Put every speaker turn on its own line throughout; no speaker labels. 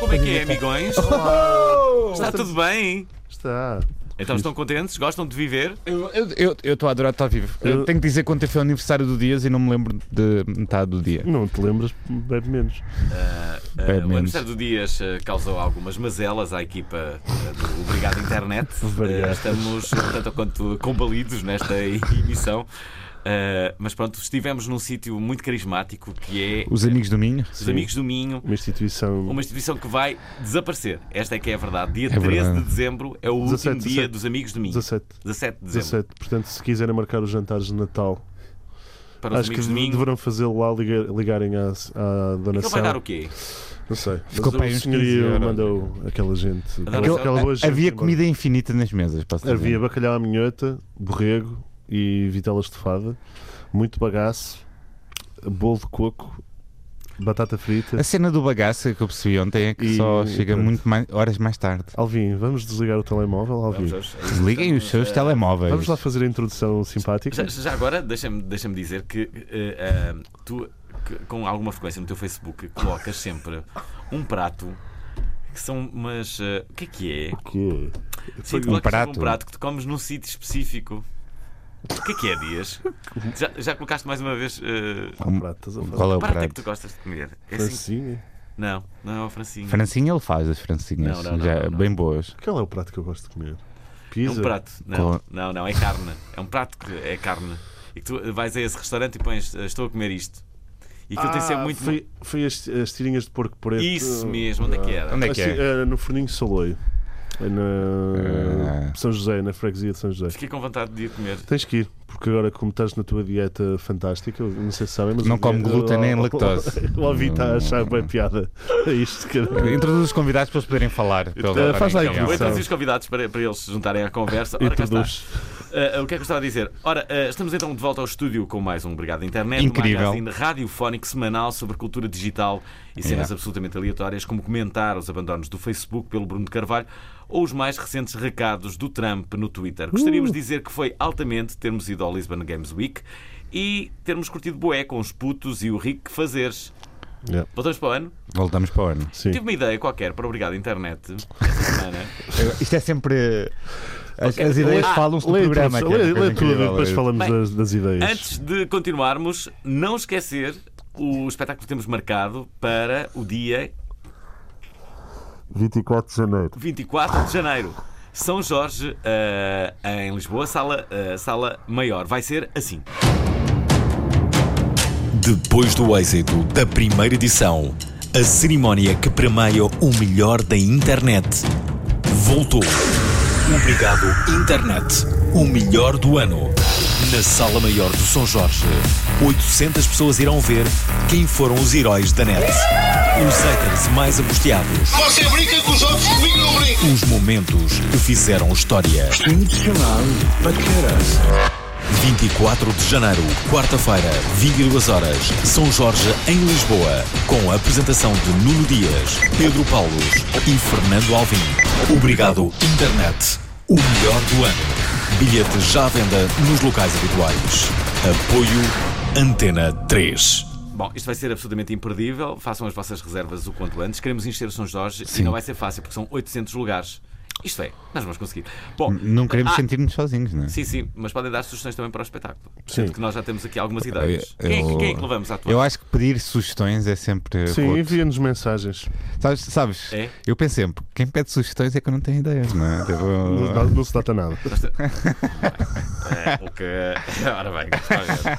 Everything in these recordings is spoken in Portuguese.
Como é que é, amigões? Está tudo bem?
Está.
Então estão contentes? Gostam de viver?
Eu eu- eu estou a adorar estar vivo. Eu...
Eu-
tenho que dizer que ontem foi o aniversário do Dias e não me lembro de metade do dia.
Não te lembras, bebe menos.
Ah, ah,
Pelo
o
menos.
aniversário do Dias ah, causou algumas mazelas à equipa ah, do Obrigado Internet.
Obrigado.
Ah, estamos ah, tanto quanto combalidos nesta emissão. Ah, mas pronto, estivemos num sítio muito carismático que é
Os amigos do Minho.
os Amigos do Minho.
Uma instituição.
Uma instituição que vai desaparecer. Esta é que é a verdade. Dia
É
13
verdade.
de dezembro é o último
17,
dia
17.
dos Amigos do Minho.
17.
17 de dezembro.
17. Portanto, se quiserem marcar os jantares de Natal,
Para os
acho que
Amigos do Minho.
deverão fazê-lo lá, ligar- ligarem à, à
Ele
Dona
vai dar
Sá.
o quê?
Não sei. Mas
Ficou para aí
o
uns
senhorio
15
mandou aquela gente.
A Dona
aquela-
Sá-
aquela boa gente
Havia
embora.
comida infinita nas mesas, posso dizer.
Havia bacalhau à minhota, borrego e vitela estofada, muito bagaço, bolo de coco, batata frita.
A cena do bagaço que eu percebi ontem é que
E-
só chega
pronto.
muito mais, horas mais tarde.
Alvin, vamos desligar o telemóvel, Alvin?
Vamos
Vamos,
aos-
Desliguem os seus telemóveis.
lá fazer a introdução simpática.
Já, já agora, deixa-me deixa dizer que eh, ah, tu, que com alguma frequência no teu Facebook, colocas sempre um prato que são umas. ah, o que é que é?
Que
Sim, tu
Um
colocas sempre
prato.
um prato que tu comes num sítio específico. O que é que é, Dias? Já, já colocaste mais uma vez. ah,
Qual prato estás a um falar?
Qual é o
prato é que tu
prato?
gostas de comer? É assim?
Francinha?
Não, não é o Francinho.
Francinha ele faz as francinhas,
Não, não, não,
já
não, não.
bem boas.
Qual é o prato que eu gosto de comer?
É
Pizza?
um prato. Não,
Com-
não, não, é carne. É um prato que é carne. E que tu vais a esse restaurante e pões, ah, estou a comer isto. E aquilo tem de ser
Ah,
muito.
Foi, foi as, as tirinhas de porco preto.
Isso mesmo, onde é que era?
Onde é que
Assim,
é?
era no Forninho Soloio, na
Ah.
São José, na freguesia de São José.
Fiquei com vontade de ir comer.
Tens que ir, porque agora, como estás na tua dieta fantástica, eu não sei se sabem, mas.
Não
o-
come glúten
o-
nem
o-
lactose.
O Alvi está a achar bem piada a isto, cara.
Introduz os convidados para eles poderem falar. para eles
Eh,
voltarem
faz lá a
ao
Vou
introdução.
canhão.
introduzir os convidados para, para eles se juntarem à conversa. Ora, cá está.
Introduz.
Ah, ah, o que é que eu estava a dizer? Ora, ah, estamos então de volta ao estúdio com mais um Obrigado Internet,
Incrível.
um magazine radiofónico semanal sobre cultura digital e cenas
É.
Yeah.
absolutamente aleatórias, como comentar os abandonos do Facebook pelo Bruno de Carvalho ou os mais recentes recados do Trump no
Uh!
Twitter. Gostaríamos de dizer que foi altamente termos ido ao Lisbon Games Week e termos curtido boé com os putos e o rico que fazeres.
Yeah.
Voltamos para o ano?
Voltamos para o ano.
Sim.
Tive uma ideia qualquer para Obrigado Internet esta semana.
Isto é sempre. As, as ideias
Ah,
falam-se do
Lê,
programa.
tudo,
que é uma
lê, lê
coisa
tudo e
incrível.
depois falamos
Bem,
das, das ideias.
Antes de continuarmos, não esquecer o espetáculo que temos marcado para o dia
24 de janeiro.
24 de janeiro. São Jorge, eh, em Lisboa, sala, eh, sala maior. Vai ser assim.
Depois do êxito da primeira edição, a cerimónia que premia o melhor da internet voltou. Obrigado, internet. O melhor do ano. Na Sala Maior do São Jorge, 800 pessoas irão ver quem foram os heróis da net. Os haters mais angustiados.
Você brinca com os outros, comigo não brinca.
Os momentos que fizeram história. 24 de janeiro, quarta-feira, 22 horas, São Jorge, em Lisboa, com a apresentação de Nuno Dias, Pedro Paulos e Fernando Alvim. Obrigado, Internet. O melhor do ano. Bilhete já à venda nos locais habituais. Apoio Antena 3.
Bom, isto vai ser absolutamente imperdível. Façam as vossas reservas o quanto antes. Queremos encher o São Jorge e não vai ser fácil, porque são 800 lugares. Isto é, nós vamos conseguir. Bom,
Não queremos
ah,
sentir-nos sozinhos, não é?
Sim, sim, mas podem dar sugestões também para o espetáculo.
Sim.
Sendo que nós já temos aqui algumas ideias.
Eu-
Quem, é que, quem é que levamos à tua?
Eu acho que pedir sugestões é sempre.
Sim,
roto.
envia-nos mensagens.
Sabes, sabes
É?
eu penso sempre, quem pede sugestões é que eu não tenho ideias, não é? Tipo,
Não, dá- não se data nada.
É, o que. Ora bem, está a ver.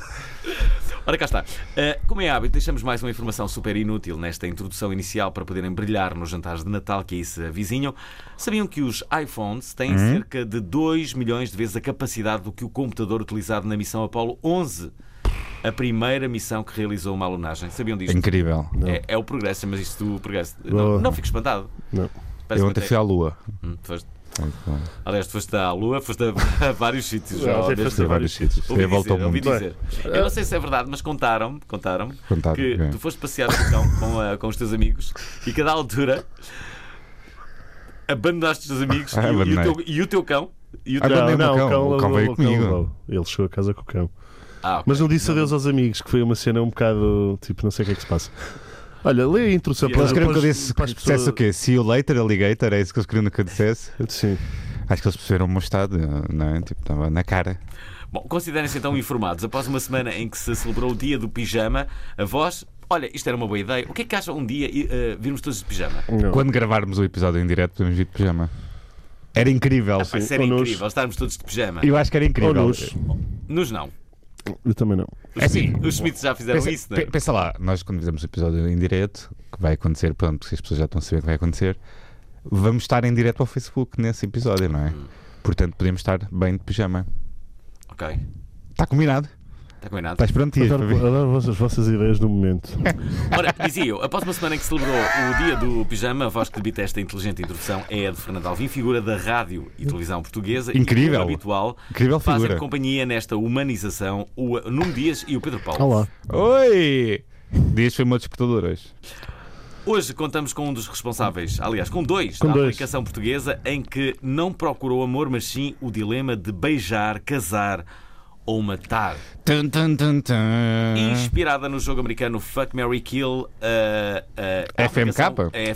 Ora cá está. Eh, como é hábito, deixamos mais uma informação super inútil nesta introdução inicial para poderem brilhar nos jantares de Natal que aí se avizinham. Sabiam que os iPhones têm
Hum?
cerca de 2 milhões de vezes a capacidade do que o computador utilizado na missão Apollo 11? a primeira missão que realizou uma alunagem. Sabiam disto?
Incrível.
Não.
É, é o progresso, mas isto do progresso.
Boa.
Não, não fico espantado.
Não.
Parece
eu
que
ontem
até-
fui à Lua.
Hum, tu foste-
Muito bom.
Aliás, tu foste à Lua, foste a, a vários sítios. já,
Não,
ao
até
mesmo
foste a
tempo.
vários sítios.
Ouvi
Eu volto ao
dizer, ouvi
mundo.
dizer. Eu não sei se é verdade, mas contaram-me contaram
Contaram, é.
que
ok.
tu foste passear com o cão com, a- com os teus amigos e cada altura abandonaste os teus amigos e, o- e o teu, e o teu cão. E o teu...
Ah,
Não,
Abandonei
não,
o cão.
o cão,
O
levou-
cão veio
o cão
comigo.
levou. Ele chegou a casa com o cão.
Ah, ok.
Mas não disse adeus aos amigos, que foi uma cena um bocado tipo, não sei o que é que se passa. Olha, lê a introdução
Eles
para
Eles queriam que eu
para-
disse
para
que
as
dissesse o quê? See you later, alligator? É isso que eles queriam que eu dissesse?
pessoas- Sim.
Acho que eles perceberam o meu estado, não é? Tipo, estava na cara.
Bom, considerem-se então informados. Após uma semana em que se celebrou o dia do pijama, a voz. Olha, isto era uma boa ideia. O que é que acham um dia eh, virmos todos de pijama?
Não.
Quando gravarmos o episódio em direto, podemos vir de pijama. Era incrível.
Vai ser
ou nós.
incrível estarmos todos de pijama.
Eu acho que era
Ou
incrível.
nus.
Nos não.
Eu também não.
Os,
É assim,
Schmidt- os Smiths já fizeram
Pensa,
isso, não é?
pe- pensa lá, nós quando fizermos o episódio em direto, que vai acontecer, pronto, porque as pessoas já estão a saber o que vai acontecer, vamos estar em direto ao Facebook nesse episódio, não é?
Hum.
Portanto, podemos estar bem de pijama.
Ok,
Está combinado?
está combinado.
Estás prontinhas para
Adoro,
ver?
adoro vossas, vossas ideias no momento.
Ora, dizia eu, após uma semana em que celebrou o dia do pijama, a voz que debita esta inteligente introdução é a de Fernando Alvim, figura da rádio e televisão portuguesa e
Incrível.
como habitual.
Incrível
Fazem
figura.
companhia nesta humanização o Nuno Dias e o Pedro Paulo.
Olá.
Oi! Dias foi uma despertador hoje.
Hoje contamos com um dos responsáveis, aliás, com dois,
Com
da
dois.
aplicação portuguesa em que não procurou amor, mas sim o dilema de beijar, casar ou matar.
Tum, tum, tum, tum.
Inspirada no jogo americano Fuck Mary Kill, a, a- a
FMK?
aplicação- A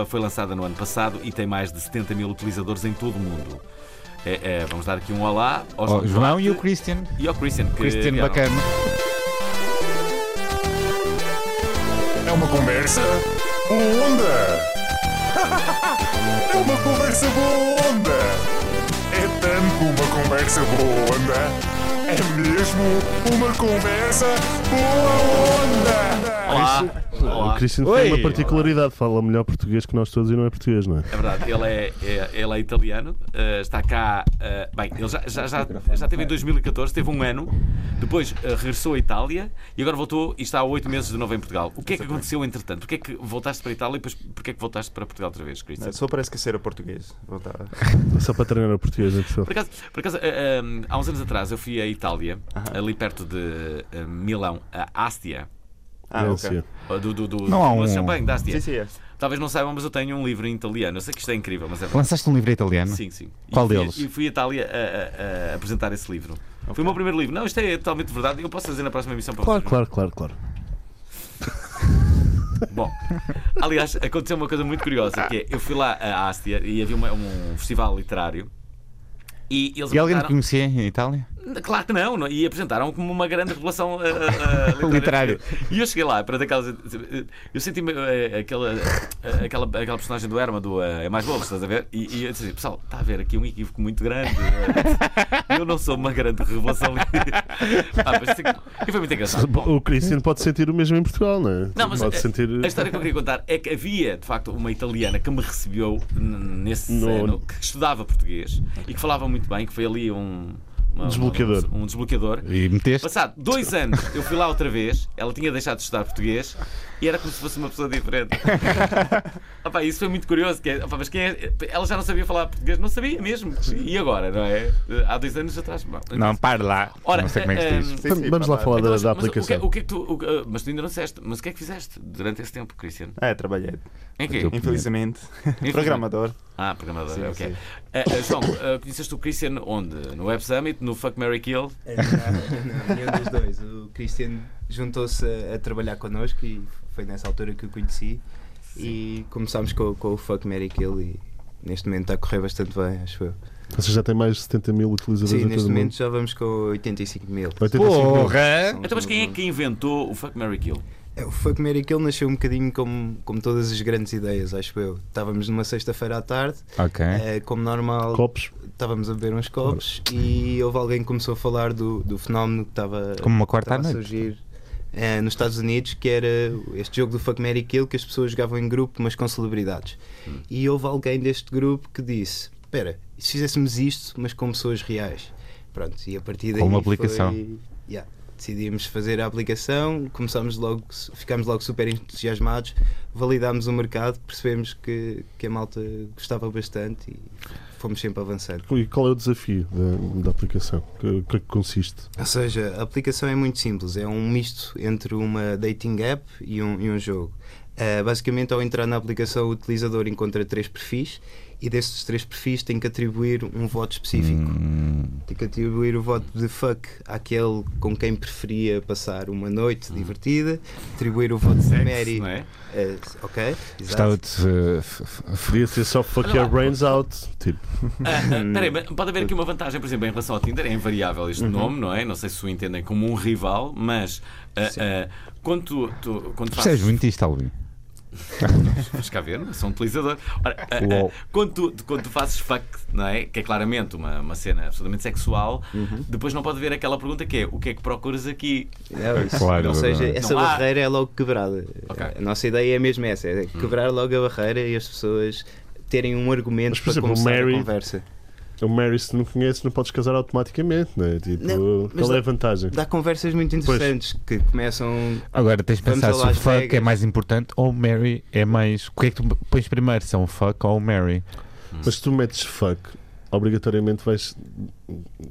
FMK foi lançada no ano passado e tem mais de 70 mil utilizadores em todo o mundo. É, é, vamos dar aqui um olá ao
Ó, Oh, João e o Christian.
e ao Christian. Que
Christian
vieram.
bacana.
É uma conversa boa onda. É uma conversa boa onda. É tanto uma conversa boa onda. É mesmo uma conversa boa onda.
Olá, olá.
O Cristian
Oi.
tem uma particularidade, fala melhor português que nós todos e não é português, não é?
É verdade, ele é, é- ele é italiano, eh, está cá. eh, bem, ele já, já, já, já teve em 2014, teve um ano, depois eh, regressou à Itália e agora voltou e está há oito meses de novo em Portugal. O que é que aconteceu entretanto? Porquê é que voltaste para a Itália e depois porquê é que voltaste para Portugal outra vez, Cristian?
É Só para esquecer o português. tá- Voltava.
Só para treinar o português, é pessoal.
Por acaso, por acaso, eh, eh, há uns anos atrás eu fui à Itália, ali perto de eh, Milão, a Ástia.
Ah,
Não,
ok.
sim.
eh, Do, do, do,
Não há
do
um-
champanhe da Ástia.
Sim, sim, é.
Talvez não saibam, mas eu tenho um livro em italiano. Eu sei que isto é incrível, mas é verdade.
Lançaste um livro italiano?
Sim, sim.
Qual
e fui,
deles?
E fui à Itália a, a- a apresentar esse livro. Foi o meu primeiro livro. Não, isto é totalmente verdade. Eu posso fazer na próxima emissão para
Claro,
vocês.
claro, claro, claro.
Bom, aliás, aconteceu uma coisa muito curiosa, que é, eu fui lá a Ástia e havia uma- um festival literário e eles
E alguém te
apresentaram-
conhecia em Itália?
Claro que não, não- e apresentaram como uma grande revelação ah, ah, ah,
Literário.
E eu cheguei lá, para daquelas. Eu senti-me eh, aquela, eh, aquela, aquela personagem do Herma, do eh, É Mais Bobo, estás a ver? E, e eu disse assim, pessoal, está a ver aqui um equívoco muito grande. eh, Eu não sou uma grande revelação. Pá, mas, e foi muito engraçado. Bom,
O Cristian pode sentir o mesmo em Portugal, não é?
não, mas
pode
a,
sentir.
a história que eu queria contar é que havia, de facto, uma italiana que me recebeu n- nesse
No-
ano, que estudava português e que falava muito bem, que foi ali um. uma-
Desbloqueador.
Um, um desbloqueador.
E meteste?
Passado dois anos, eu fui lá outra vez, ela tinha deixado de estudar português e era como se fosse uma pessoa diferente. Opá, isso foi muito curioso. Que é, opá, mas quem é- ela já não sabia falar português, não sabia mesmo. E agora, não é? Há dois anos atrás. Bom,
Não, para lá.
Ora,
não sei como é que se diz.
eh,
Sim, sim,
Vamos lá
papá.
falar
então,
da,
mas-
da
mas o que-
aplicação.
o que é que tu- o que- ah, mas tu ainda não disseste, mas o que é que fizeste durante esse tempo, Cristiano?
Ah, trabalhei.
Em quê?
Eu-
Infelizmente. Programador.
Ah, programador,
Sim,
ok.
sim.
Ah, ah, João, ah, conheceste o Cristiano onde? No Web Summit, no Fuck Mary Kill?
É, Não, não, nenhum dos dois. O Christian juntou-se a, a trabalhar connosco e foi nessa altura que o conheci. E começámos com, com o Fuck Mary Kill e neste momento está a correr bastante bem, acho eu.
Vocês já têm mais de 70 mil utilizadores
Sim,
em todo
neste
o
momento
mundo.
já vamos com 85 mil.
85 mil.
Porra!
Então, mas quem é que inventou o Fuck Mary Kill?
É, O Fuck Mary Kill nasceu um bocadinho como, como todas as grandes ideias, acho eu. Estávamos numa sexta-feira à tarde,
Ok.
É?
eh, como normal,
Copos.
estávamos a beber uns copos e houve alguém que começou a falar do, do fenómeno que estava
Como uma quarta
estava
à
a
noite.
surgir eh, nos Estados Unidos, que era este jogo do Fuck Mary Kill que as pessoas jogavam em grupo, mas com celebridades. E houve alguém deste grupo que disse: Espera, e se fizéssemos isto, mas com pessoas reais? Pronto, e a partir daí.
uma aplicação.
Foi... Yeah. Decidimos fazer a aplicação, começámos logo, ficámos logo super entusiasmados, validámos o mercado, percebemos que, que a malta gostava bastante e fomos sempre avançando.
E qual é o desafio da, da aplicação? O que é que consiste?
Ou seja, a aplicação é muito simples, é um misto entre uma dating app e um, e um jogo. Uh, basicamente, ao entrar na aplicação, o utilizador encontra três perfis e desses três perfis tem que atribuir um voto específico.
Hum.
Tem que atribuir o voto de fuck àquele com quem preferia passar uma noite divertida, atribuir o voto de Mary.
Hum. não é?
eh, ok, exato.
Gostava de. eh, f- f-
Podia ser só fuck
Olha lá.
your brains out. Tipo,
Ah, ah,
Hum.
peraí, mas pode haver aqui uma vantagem, por exemplo, em relação ao Tinder, é invariável
Uhum.
este nome, não é? Não sei se o entendem como um rival, mas ah, ah, quando tu, tu- quando
Percebes
fazes.
muito isto, Alvin?
Mas cá ver, sou um utilizador. Ora, ah, ah,
Uau.
quando, tu, quando tu fazes fuck, não é? Que é claramente uma, uma cena absolutamente sexual,
Uhum.
depois não pode haver aquela pergunta que é o que é que procuras aqui?
Não, isso-
Claro,
É ou seja,
não.
essa
Não há-
barreira é logo quebrada.
Ok. Hum.
A nossa ideia é mesmo essa: é quebrar logo a barreira e as pessoas terem um argumento
Mas, por
para
exemplo, o
começar
Mary-
a conversa.
o Mary, se não conheces, não podes casar automaticamente, não é? Tipo,
Não, mas
qual é a
dá-
vantagem?
Dá conversas muito interessantes que começam.
Agora tens de
Vamos
pensar
a
se o
Las
fuck é
Vegas.
mais importante ou o Mary é mais. O que é que tu pões primeiro? Se é um fuck ou um Mary?
Mas se tu metes fuck, obrigatoriamente vais.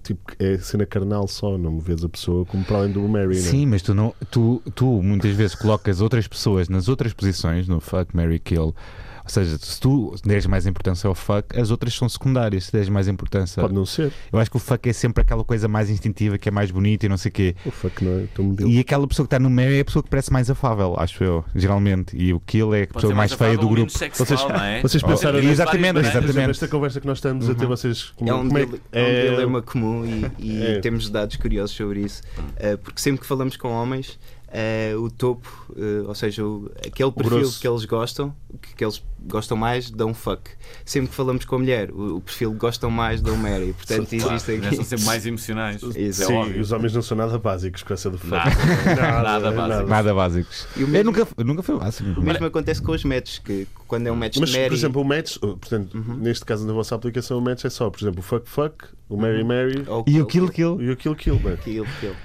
Tipo, é cena carnal só, não me vês a pessoa como para além do Mary, não é?
Sim, mas tu, não, tu, tu muitas vezes colocas outras pessoas nas outras posições no fuck, Mary, kill. Ou seja, se tu deres mais importância ao fuck, as outras são secundárias. Se deres mais importância.
Pode não ser.
Eu acho que o fuck é sempre aquela coisa mais instintiva, que é mais bonita e não sei o quê.
O fuck não é tão modelo.
E aquela pessoa que está no Mary é a pessoa que parece mais afável, acho eu, geralmente. E o kill é a
Pode
pessoa
ser
mais, feia
afável
do
ou
grupo.
menos Sexual,
Vocês-
não é?
vocês
Pode ser
pensaram-
de várias
Exatamente,
maneiras.
exatamente.
Esta conversa que nós estamos a ter, vocês. Como,
É um,
como é,
dile- é um
é-
dilema comum e, e
É.
temos dados curiosos sobre isso, eh, porque sempre que falamos com homens, eh, o topo, eh, ou seja, o- aquele perfil
grosso.
que eles gostam, que, que eles gostam mais, dão um fuck. Sempre que falamos com a mulher, o, o perfil que gostam mais, dão Mary. Portanto,
Claro,
existe
né,
aqui.
São sempre mais emocionais.
Isso é
Sim,
óbvio.
os homens não são nada básicos com essa do fuck.
Nada. Nada básico.
Nada básicos.
E o
Eu
mesmo-
nunca, eu nunca fui básico.
O mesmo acontece com os matches, que quando é um match
Mas,
de Mary. Uhum.
por exemplo, o match, uh, portanto, neste caso na vossa aplicação, o match é só, por exemplo, o fuck fuck,
Uhum.
o Mary Mary
ou
E o kill, kill.
e É o kill kill. man.
Kill, kill.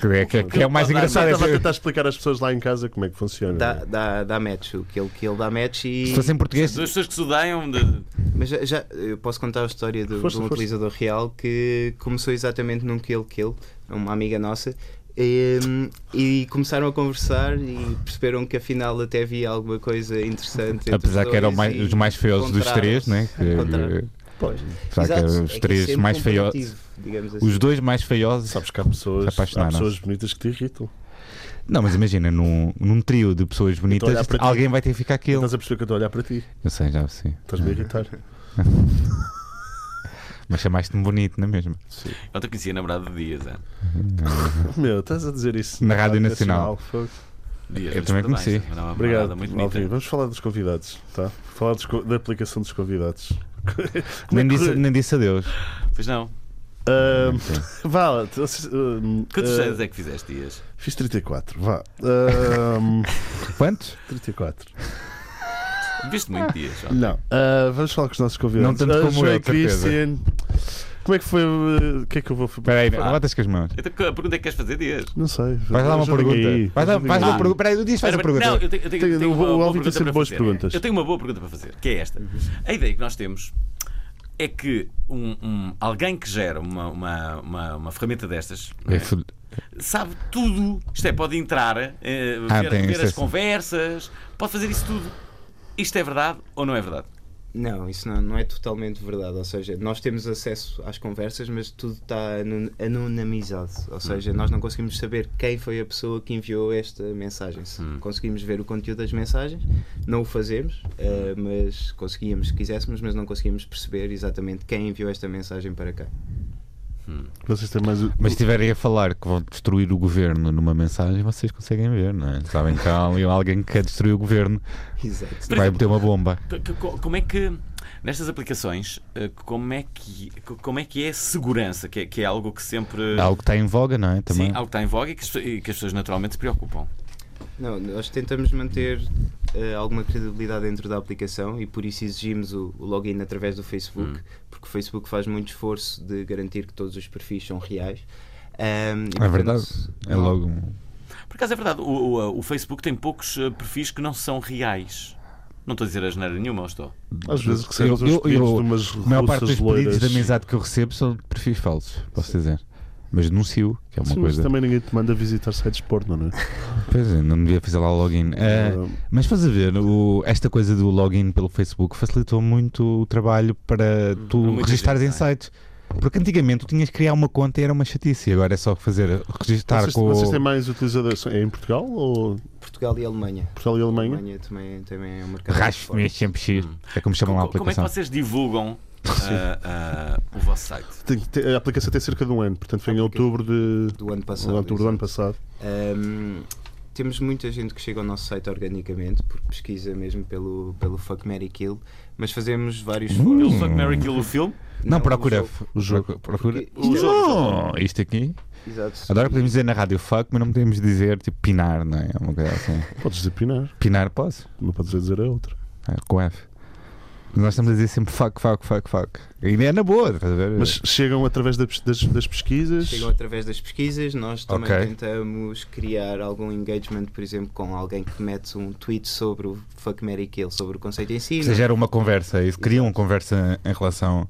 Que é, que é- que é o mais
Eu
engraçado.
estava a
é-
tentar explicar às pessoas lá em casa como é que funciona.
Dá, dá, dá match, o kill, kill dá match e.
Se fosse em português,
Duas pessoas que se odeiam de.
Mas já, já- eu posso contar a história do-
Força,
de um
força.
utilizador real que começou exatamente num Kill Kill, uma amiga nossa, e, hum, e começaram a conversar e perceberam que afinal até havia alguma coisa interessante. entre
apesar
os
que eram
dois
mais-
e
os mais feios dos
encontraram-se.
três, né? Que-
Encontraram-se.
Pois,
Apesar que
Exato,
os
é que é
três
sempre
mais feiosos.
competitivo, digamos assim.
Os dois mais feiosos.
sabes que há pessoas, há
Apaixonaram-se.
pessoas bonitas que te irritam.
Não, mas imagina, num, num trio de pessoas bonitas,
Então olhar para ti. Então
alguém vai ter que ficar aquele.
Estás a perceber que eu estou a olhar para ti,
Eu sei, já sei.
estás-me a irritar.
Mas chamaste-me bonito, não é mesmo?
Eu te conheci a namorada de Dias, é?
Meu, estás a dizer isso
Na Rádio Nacional.
fuck.
Dias,
Eu
mas
também
tudo bem,
conheci.
era uma namorada
Obrigado,
muito
Alvin.
bonita.
Vamos falar dos convidados, tá? Falar dos co- da aplicação dos convidados. Como é
Nem
que
disse,
correu?
nem disse adeus.
Pois não.
Ahm, vá, lá, tu- vocês, ahm,
Quantos
ah,
anos é que fizeste, Dias?
Fiz 34, vá. Ahm,
Quantos?
34.
Viste muito, Dias? ó.
Não, ah, vamos falar com os nossos convidados.
Não tanto
Ah,
como
João
eu,
e
de certeza.
Christian, como é que foi? ah, O que é que eu vou.
Espera aí,
Vá.
batas com as mãos.
Então, a pergunta é que queres fazer, Dias?
Não sei.
Vais lá uma
ajudem aí,
pergunta. Vais lá
ajudem
vais
aí.
lá uma pergunta. Espera aí, o Dias faz a
Espera,
pergunta.
Não, eu tenho, eu tenho-
Tem-
eu tenho
o-
uma
o
boa
Alvin tem
pergunta
sempre
para
boas
fazer.
perguntas. Uhum.
Eu tenho uma boa pergunta para fazer, que é esta. A ideia que nós temos é que um, um- alguém que gera uma, uma, uma, uma ferramenta destas não é?
É fude-
sabe tudo. Isto é, pode entrar, eh,
Ah,
ver,
tem
ver
isso,
as
isso.
conversas, pode fazer isso tudo. Isto é verdade ou não é verdade?
Não, isso não, não é totalmente verdade. Ou seja, nós temos acesso às conversas, mas tudo está anu- anonimizado. Ou seja, nós não conseguimos saber quem foi a pessoa que enviou esta mensagem. Se Conseguimos ver o conteúdo das mensagens, não o fazemos, eh, mas conseguíamos se quiséssemos, mas não conseguimos perceber exatamente quem enviou esta mensagem para cá.
Vocês têm mais.
Mas se estiverem a falar que vão destruir o governo numa mensagem, vocês conseguem ver, não é? Sabem que há ali alguém que quer destruir o governo,
Exato.
vai meter uma bomba.
Co- co- co- Como é que nestas aplicações eh, como é que co- como é que é a segurança que é, que é algo que sempre
Algo que está em voga, não é? Também.
sim, algo que está em voga e que, as pe- e que as pessoas naturalmente se preocupam.
Não, nós tentamos manter eh, alguma credibilidade dentro da aplicação e por isso exigimos o, o login
Hum.
através do Facebook, porque o Facebook faz muito esforço de garantir que todos os perfis são reais. Ahm, e,
É
portanto,
verdade. É
não-
logo. um-
Por acaso é verdade, o, o- o Facebook tem poucos eh, perfis que não são reais. Não estou a dizer asneira nenhuma, ou estou?
Às vezes que
Eu-
recebemos uns
eu-
pedidos
eu-
de umas
A maior parte dos
russas
pedidos
loiras.
de amizade que eu recebo são de perfis falsos, posso dizer. Mas denuncio, que é uma
Sim, mas
coisa.
também ninguém te manda visitar sites porno, não é?
Pois é, não devia fazer lá login. Ah,
Ah,
Mas estás a ver, o- esta coisa do login pelo Facebook facilitou muito o trabalho para tu
Hum, é muita
registares em
gente é? tem.
sites. Porque antigamente tu tinhas que criar uma conta e era uma chatice, e agora é só fazer registar
vocês,
com.
vocês têm mais utilizadores? É em Portugal ou
Portugal e Alemanha.
Portugal e Alemanha?
Alemanha também, também é um mercado.
Raspe-me
muito forte.
sempre X. É como chamam lá a
Como, como é que
aplicação.
vocês divulgam ah, ah, o vosso site?
Tem- tem- a aplicação tem cerca de um ano, portanto foi em
A
outubro de
Do ano passado.
outubro do ano passado.
Ahm, temos muita gente que chega ao nosso site organicamente, porque pesquisa mesmo pelo, pelo Fuck Mary Kill, mas fazemos vários
Pelo
Hum.
foros.
Fuck Mary Kill o filme?
Não, procura.
o jogo.
O jogo. Procura.
Porque isto-
Não, isto aqui.
Exato.
Agora podemos dizer na rádio fuck, mas não podemos dizer tipo pinar, não é? É Uma coisa assim.
Podes dizer Pinar,
Pinar posso?
não podes dizer a outra.
É, com F. Nós estamos a dizer sempre fuck, fuck, fuck, fuck. Ainda é na boa, estás a ver?
Mas chegam através da pes- das, das pesquisas.
Chegam através das pesquisas, nós também
Ok.
tentamos criar algum engagement, por exemplo, com alguém que mete um tweet sobre o Fuck Mary Kill, sobre o conceito em si. é?
Ou seja, gera uma conversa, isso cria uma conversa em relação.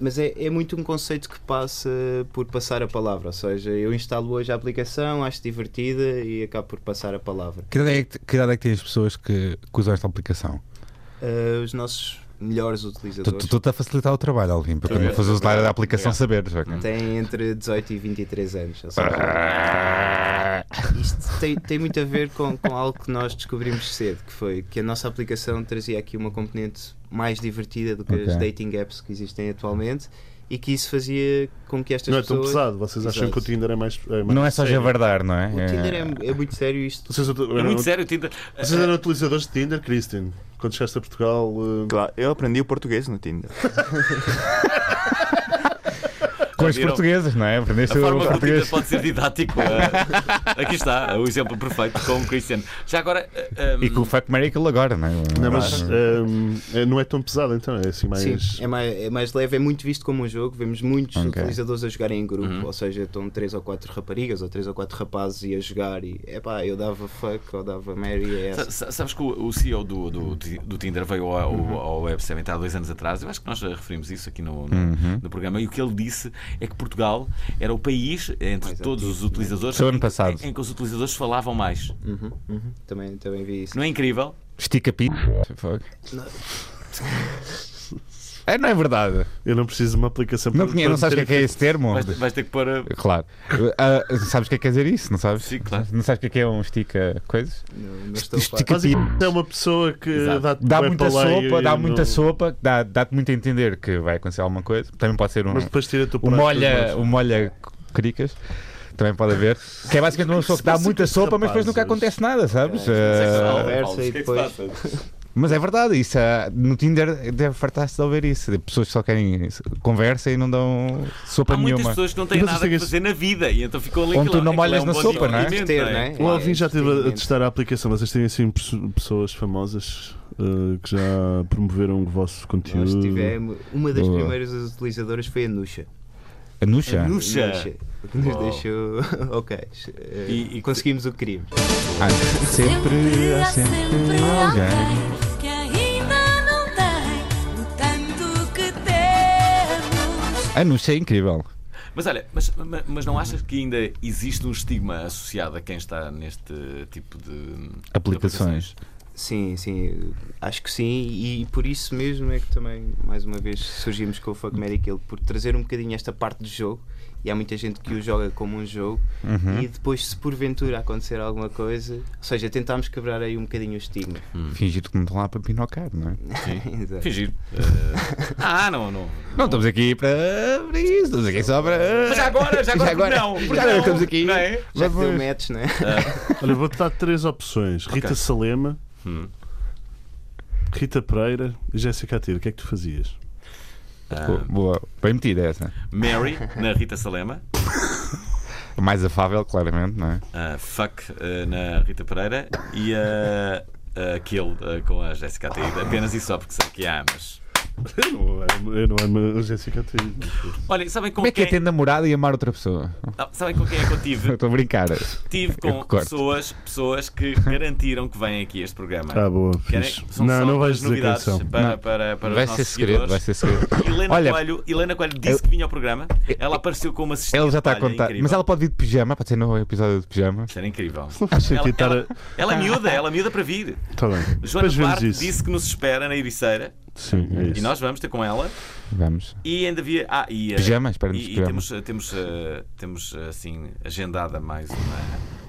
Mas é, é muito um conceito que passa por passar a palavra. Ou seja, eu instalo hoje a aplicação, acho divertida e acabo por passar a palavra.
Que idade é que, que idade é que têm as pessoas que, que usam esta aplicação?
Ah, os nossos melhores utilizadores
Estou-te a facilitar o trabalho, Alvin, para quando
Obrigado.
fazer o usuário da aplicação saber. já que- é.
têm entre 18 e 23 anos. Ou
Ah.
seja, isto tem, tem muito a ver com, com algo que nós descobrimos cedo, que foi que a nossa aplicação trazia aqui uma componente mais divertida do que as
Ok.
dating apps que existem atualmente e que isso fazia com que estas
Não é tão
pessoas...
pesado, vocês acham
Exato.
que o Tinder é mais. mais
Não é só
sério.
javardar, não é?
O Tinder é, é muito sério e isto.
Vocês,
É
eram,
muito sério, Tinder. Eh,
vocês eram utilizadores de Tinder, Christian? Quando chegaste a Portugal. eh,
Claro, eu aprendi o português no Tinder.
Com as
Viram?
portuguesas, não é?
A
Aprendeste o
forma como o Tinder
português.
pode ser didático. ah, aqui está, o exemplo perfeito com o Christian. Já agora. ah,
E com o Fuck Miracle agora, não é?
Não, mas eh, é- não é tão pesado, então é assim mais.
Sim, é mais, é mais leve, é muito visto como um jogo. Vemos muitos
Ok.
utilizadores a jogarem em grupo,
Uhum.
ou seja, estão três ou quatro raparigas ou três ou quatro rapazes e a jogar. E epá, eu dava fuck ou dava Mary. É
Sa-
essa.
sa- Sabes que o o CEO do, do, do Tinder veio ao,
Uhum.
ao, ao Web Summit há dois anos atrás, eu acho que nós eh, referimos isso aqui no, no,
Uhum.
no programa, e o que ele disse é que Portugal era o país, entre
Mais
todos os utilizadores,
né? Foi o ano
em-
passado.
Em, em que os utilizadores falavam mais.
Uhum, uhum. Também, também vi isso.
Não é incrível?
Estica pi. Fuck. É, não é verdade.
Eu não preciso de uma aplicação
Não,
para-
conhe- não
para
sabes o que
ter
é, que é esse termo?
Vais, vais ter que pôr. eh,
Claro. Ah, sabes o que é que quer dizer isso, não sabes?
Sim, claro.
Não sabes o que é que é um estica coisas?
Não, não estou a par.
Estica pi.
É uma pessoa que
Exato.
dá,
tipo- Dá muita sopa, dá muita
não...
sopa, dá- dá-te muito a entender que vai acontecer alguma coisa. Também pode ser um,
Mas depois tira-te Hum. o
um
prato das
molha,
mãos.
um molha cricas. Também pode haver. Que é basicamente uma pessoa que dá
Mas
muita
esses
sopa, mas depois nunca
rapazes-
acontece nada,
É,
sabes?
Paulo,
Ah,
Paulo,
conversa
o que
e
é que se
depois-
passa?
mas é verdade, isso ah, no Tinder deve fartar-se de ouvir isso. de pessoas que só querem isso. conversa e não dão sopa
Há muitas
nenhuma.
pessoas que não têm
Mas
nada
tem
a
esse-
fazer na vida e então ficou ali
Onde
aquilo-
tu não
aquilo é
molhas
um
na
bom
sopa, não é?
divertimento,
Ter,
não é?
né?
O Alvin já teve a
Exatamente.
testar a aplicação. Vocês têm assim perso- pessoas famosas eh, que já promoveram o vosso
Nós
conteúdo.
tivemos. Então, Uma das
Boa.
primeiras utilizadoras foi a Nuxa.
A Nuxa?
Nuxa.
Que nos
Uau.
deixou. ok. eh,
E- e-
conseguimos o que queríamos.
Ah, sempre, há sempre alguém.
que ainda não tem o tanto que temos.
A Nuxa é incrível.
Mas olha, mas, ma- mas não achas que ainda existe um estigma associado a quem está neste tipo de de
Aplicações.
Sim, sim, acho que sim, e por isso mesmo é que também, mais uma vez, surgimos com o Fuck Mary Kill, por trazer um bocadinho esta parte do jogo, e há muita gente que o joga como um jogo,
Uhum.
e depois, se porventura acontecer alguma coisa, ou seja, tentámos quebrar aí um bocadinho o estigma.
Hum.
Fingir que não estão lá para pinocar, não é?
Exato.
Fingir. ah, não, não.
Não estamos aqui para para isso, estamos aqui só para.
Mas já agora, já agora, porque não, porque
Já agora
não,
estamos aqui.
não é?
Já que
Vamos- Ah.
deu match, né?
Olha, vou-te dar três opções: Rita
Ok.
Salema,
Hum.
Rita Pereira e Jéssica Atira. O que é que tu fazias?
Boa, Boa, bem metida essa.
Mary, na Rita Salema.
Mais afável, claramente, não é?
Ah, fuck, eh, na Rita Pereira. E a. Kill eh, com a Jéssica Ataída. Apenas e só porque sei que a amas.
Eu não amo urgência que eu tive.
Olhem, sabem com
Como é que é ter
quem.
namorado e amar outra pessoa?
Ah, Sabem com quem é que eu tive?
Estou a brincar.
Tive com
corto.
pessoas, pessoas que garantiram que vêm aqui a este programa.
Ah, boa,
Querem-
fixe.
são
Não,
só
não vais
as
dizer quem
novidades
são.
para,
Não.
para, para
vai
os
ser
nossos
segredo, vai
seguidores.
ser segredo.
Helena,
Olha-
Coelho, Helena Coelho disse
Eu-
que vinha ao programa. Ela apareceu com uma assistente.
Ela já está a
Olha,
contar.
é incrível.
Mas ela pode vir de pijama, pode ser no episódio de pijama.
Isto era incrível.
Não faz sentido estar
Ela,
a.
ela, ela é miúda, ela é miúda para vir.
Está bem.
Joana
Depois vemos
Duarte
isso.
disse que nos espera na Ericeira
Sim, é
e
isso.
nós vamos ter com ela.
Vamos.
E ainda havia. Ah, e, eh,
Pijama, espera-nos
e, e
pijama.
temos, eh, temos, eh, temos eh, assim agendada mais uma,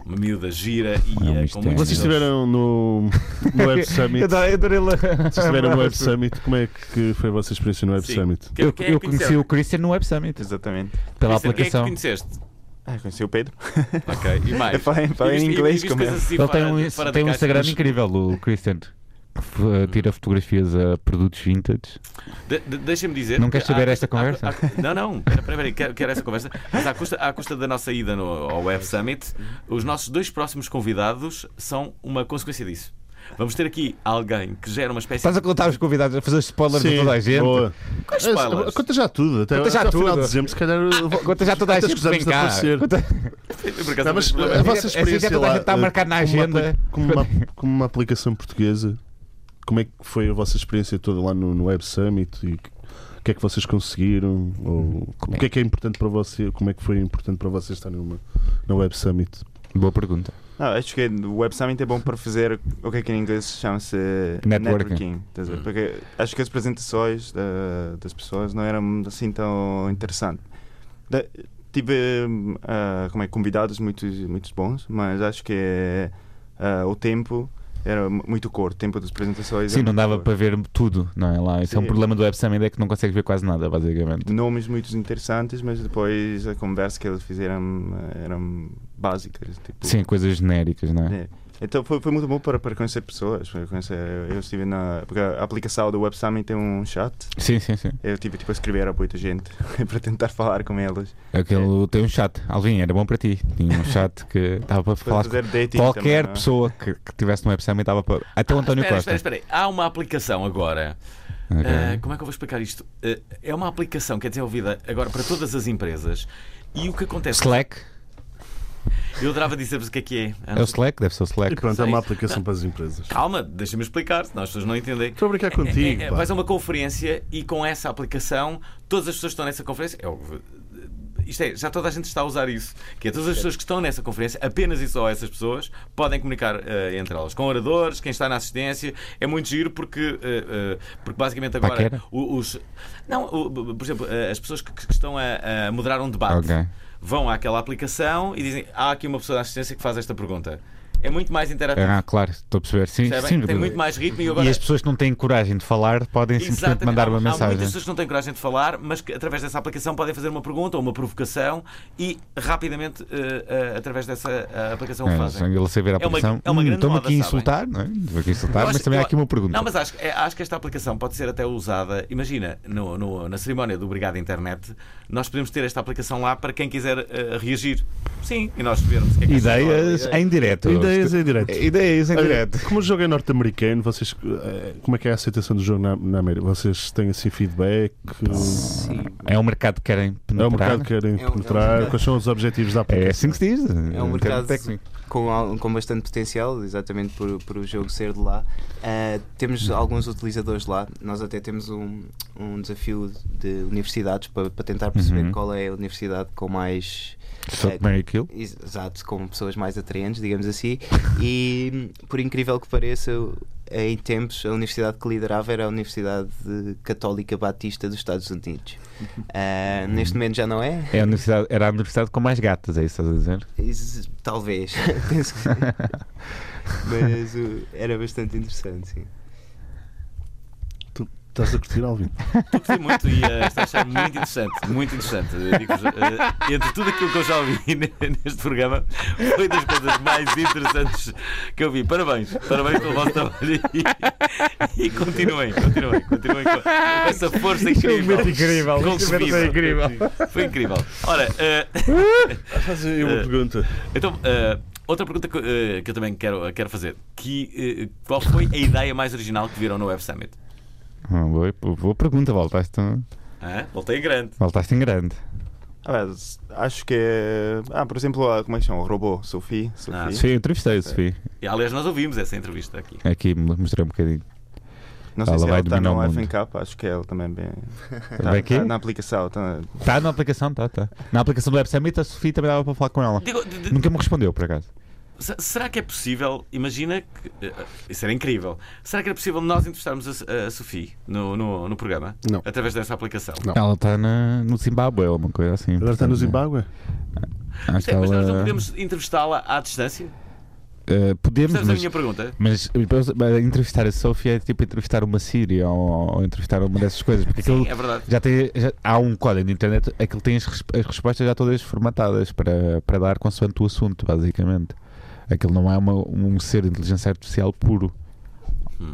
uma miúda gira e
É
eh,
um
com
mistério.
muitos
Vocês estiveram no, no Web
Eu
Summit.
adorei- eu adorei lá.
Vocês estiveram no Web Summit. Como é que foi a vossa experiência no Web
Sim.
Summit?
Quem-
Eu,
quem é que
eu conheci
conheceram?
o Christian no Web Summit,
Exatamente.
Quem
pela
é que
aplicação.
conheceste?
Ah, conheci o Pedro.
Ok, e mais?
Eu falei, falei
E
em
viste- e
inglês
viste
como é.
coisas assim
Ele
fora
tem um,
de- fora de Uhum.
tem um
caixa.
Instagram
Mas
incrível, o Christian, que f- eh, tira fotografias a produtos vintage.
de- de- Deixa-me dizer.
Não
que
queres saber
à-
esta
à-
conversa?
à- não, não, pera, pera, pera, quero, quero essa conversa. Mas à custa, à custa da nossa ida no, ao Web Summit, os nossos dois próximos convidados são uma consequência disso. Vamos ter aqui alguém que gera uma espécie
Estás a contar os convidados, a fazer spoilers a toda a gente.
boa.
Quais falas?
Ah, Conta já tudo. Até,
Conta já
até ao final
tudo.
de dezembro, se calhar.
Conta já toda a
até
gente que
escusamos
vem
de
cá.
aparecer.
Conta-
de. Por acaso,
Não,
não
mas
tenho
a
problema.
vossa
Assim já toda a
experiência
gente
lá, eh,
está a marcar na
como uma
agenda.
apli- Como uma, como uma aplicação portuguesa, como é que foi a vossa experiência toda lá no, no Web Summit? E o que é que vocês conseguiram? Ou o que é que é importante para você? Como é que foi importante para vocês estarem numa, no Web Summit?
Boa pergunta.
Não, acho que o Web Summit é bom para fazer o que aqui em inglês chama-se
Networking.
estás a ver?
Hum.
Porque acho que as apresentações da- das pessoas não eram assim tão interessantes. Da- tive hum, ah, como é, convidados muito, muito bons, mas acho que ah, o tempo era mu- muito curto, o tempo das apresentações.
Sim,
era
não
muito
dava
curto.
para ver tudo, não é? Lá, isso é um
Sim.
problema do Web Summit, é que não consegues ver quase nada, basicamente.
Nomes muito interessantes, mas depois a conversa que eles fizeram ah, eram básicas. Tipo,
Sim, coisas genéricas, não é?
É. Então foi, foi muito bom para, para conhecer pessoas. Para conhecer, eu estive na. Porque a aplicação do Web Summit tem um chat.
Sim, sim, sim.
Eu tive tipo, a escrever a muita gente para tentar falar com elas. É.
Aquilo tem um chat. Alvin, era bom para ti. Tinha um chat que dava para
Para
falar com
fazer dating. também,
qualquer
não é?
pessoa que, que tivesse no Web Summit, dava para. Até o António
Ah, Espera,
Costa.
espera, espera. aí. Há uma aplicação agora.
Ok.
Ah, como é que eu vou explicar isto? Ah, é uma aplicação que é desenvolvida agora para todas as empresas. E o que acontece?
Slack?
Eu adorava dizer-vos o que é que é. Ah,
É o Slack? Deve ser o Slack.
E pronto, é
sei.
uma aplicação para as empresas.
Calma, deixa-me explicar, senão as pessoas não entendem.
Estou a brincar contigo.
É, é,
pá.
vais a uma conferência e com essa aplicação, todas as pessoas que estão nessa conferência. é óbvio, isto é, já toda a gente está a usar isso. Que é todas as pessoas que estão nessa conferência, apenas e só essas pessoas, podem comunicar eh, entre elas. Com oradores, quem está na assistência. É muito giro porque, eh, eh, porque basicamente agora.
Paquera?
o- Os, não, o- por exemplo, eh, as pessoas que, que estão a, a moderar um debate
Ok.
vão àquela aplicação e dizem: há aqui uma pessoa da assistência que faz esta pergunta. É muito mais interativo.
Ah, claro, estou a perceber. Sim,
percebem?
sim.
Tem muito mais ritmo e agora
E as pessoas que não têm coragem de falar podem simplesmente
Exatamente.
mandar uma
Há- Há muitas
mensagem.
pessoas que não têm coragem de falar, mas que através dessa aplicação podem fazer uma pergunta ou uma provocação e rapidamente, eh, eh, através dessa eh, aplicação, o
É,
fazem.
ele saber a
É uma-
aplicação.
é uma
Hum,
grande
Estou-me
moda,
aqui a
sabem?
insultar, não é? Estou aqui a insultar,
Eu
mas
acho-
também há
eu-
aqui uma pergunta.
Não, mas acho, é, acho que esta aplicação pode ser até usada. Imagina, no- no- na cerimónia do Obrigado Internet, nós podemos ter esta aplicação lá para quem quiser eh, reagir. Sim, e nós vermos o que é que essa pessoa-
Ideias em direto.
Ideias em direto.
Ideias em
Olha,
direto.
Como o jogo é norte-americano, vocês eh, como é que é a aceitação do jogo na, na América? Vocês têm assim feedback?
Sim.
É um mercado que querem
É
penetrar. né?
o mercado que querem
É um-
penetrar?
é um-
Quais são os objetivos da
É
aplicação?
assim que se diz.
É
em
um
termo
mercado
técnico.
com, al- com bastante potencial, exatamente por, por o jogo ser de lá. Ah, temos
Uhum.
alguns utilizadores lá. Nós até temos um, um desafio de universidades para, para tentar perceber
Uhum.
qual é a universidade com mais.
Só
eh,
que Mary Kill.
Exato, com pessoas mais atraentes, digamos assim. E por incrível que pareça, em tempos a universidade que liderava era a Universidade Católica Batista dos Estados Unidos. Ah, neste momento já não é,
Uhum. É a universidade, era a universidade com mais gatas, é isso que estás a dizer?
Is- Talvez, penso que sim. Mas o- era bastante interessante, sim. É.
Tu estás a curtir, Alvin?
Eu gostei muito e eh, estou a achar muito interessante. Muito interessante. Eh, digo-vos, eh, entre tudo aquilo que eu já ouvi ne- neste programa, foi das coisas mais interessantes que eu vi. Parabéns, parabéns pelo vosso trabalho e, e continuem, continuem, continuem com, com essa força incrível. Com que vive. Foi incrível. Ora, eh,
Fazer uma
Eh,
É.
pergunta.
então. eh, Outra pergunta que, eh, que eu também quero, quero fazer: que, eh, qual foi a ideia mais original que viram no Web Summit?
Uma Ah, boa, boa pergunta, voltaste,
Hã? Voltei em grande.
voltaste em grande.
Ah, mas acho que é. Ah, por exemplo, a- como é que chama? O robô, Sophie.
Ah,
Sophie.
Sim, eu entrevistei a Sofia.
E, aliás, nós ouvimos essa entrevista aqui.
Aqui mo- mostrei um bocadinho.
Não sei
Ela
se
vai
ela está
dominar o
no
mundo.
FNK, acho que ela também é bem. Tá,
Bem aqui?
tá na aplicação. Tá...
Está na aplicação, está, está. Na aplicação do Web Summit, a Sofia também dava para falar com ela.
Digo, de- de-
Nunca me respondeu, por acaso.
se- será que é possível? Imagina que. eh, Isso era incrível. Será que era possível nós entrevistarmos a, S- a Sofia no, no, no programa?
Não.
Através dessa aplicação?
Não.
Ela está na- no Zimbábue, ou uma coisa assim.
Agora está no
portanto, né?
Zimbábue?
Acho que
tá Sim, mas nós não
ela-
podemos entrevistá-la à distância?
Eh, podemos,
Percebes a
mas
minha pergunta?
Mas depois, eh, entrevistar a Sofia é tipo entrevistar uma Síria ou, ou entrevistar uma dessas coisas, porque aquilo
Sim, é verdade.
já tem, já- há um código na internet, aquilo tem as, res- as respostas já todas formatadas para, para dar consoante o assunto, basicamente. Aquilo não é uma- um ser de inteligência artificial puro,
Hum.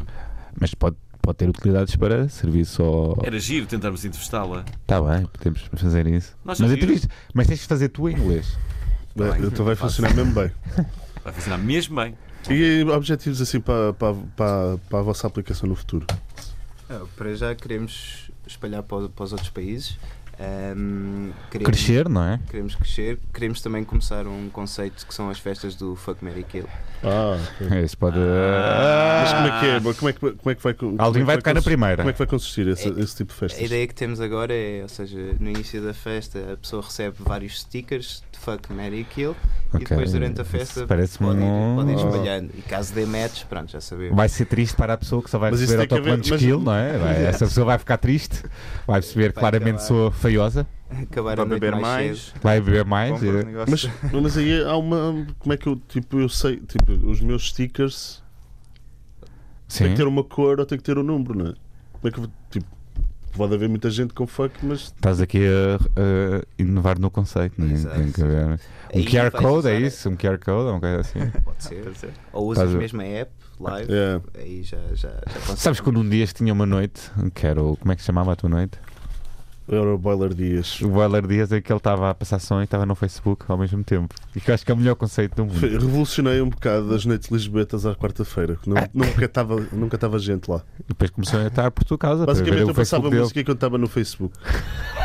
mas pode, pode ter utilidades para serviço ou.
Era giro tentarmos entrevistá-la.
Está bem, podemos fazer isso.
Nós
mas,
sabíamos.
entrevista, mas tens de fazer tu em inglês.
Tá bem.
é
Então vai funcionar mesmo bem.
Vai funcionar mesmo bem.
E objetivos assim para, para, para, para a vossa aplicação no futuro?
Ah, para já queremos espalhar para, o- para os outros países. Ahm, queremos,
Crescer, não é?
Queremos crescer. Queremos também começar um conceito que são as festas do Fuck Mary Kill.
Ah,
Isso pode.
Ah.
ah,
mas como é que
Ah.
é? Mas Como é que, como é que vai. como é
Alguém
que
vai tocar na
cons-
primeira.
Como é que vai consistir esse,
É-
esse tipo de festas?
A ideia que temos agora é, ou seja, no início da festa a pessoa recebe vários stickers de Fuck Mary Kill e
Ok,
depois durante a
isso
festa
parece-me
podem,
um-
podem espalhando. E caso dê match, pronto, já sabemos.
Vai ser triste para a pessoa que só vai
Mas isso tem
receber
que
autocolantes
haver- mas-
quill, não é? Vai- essa pessoa vai ficar triste, vai perceber
Vai
claramente
acabar.
sou feiosa,
Acabar
Vai
a noite
beber
cedo.
mais.
vai beber mais.
compra
e-
um
é
negócio.
Mas, mas aí há uma. Como é que eu. Tipo, eu sei. Tipo, os meus stickers têm
Sim,
que ter uma cor ou têm que ter um número, não é? Como é que eu. vou- Tipo, pode haver muita gente com fuck, mas.
estás aqui a, a inovar no conceito, não é?
Exato.
Tem que haver- Um
Aí
QR
vais
Code é
usar-
isso? Um QR Code, uma coisa assim.
Ah, Pode ser. Ou usas
Estás a-
mesmo a app live.
É.
Aí já, já, já consegues.
Sabes quando um dia tinha uma noite, que era o. Como é que se chamava a tua noite?
Era o Boiler Dias.
O Waller Dias é que ele estava a passar som e estava no Facebook ao mesmo tempo. E que eu acho que é o melhor conceito do
Foi-
mundo.
Revolucionei um bocado as noites lisboetas à quarta-feira. que não-
Ah.
Nunca estava nunca estava gente lá.
Depois começou a estar por tua casa. para
Basicamente
ver
eu
o Facebook
passava
dele.
música quando estava no Facebook.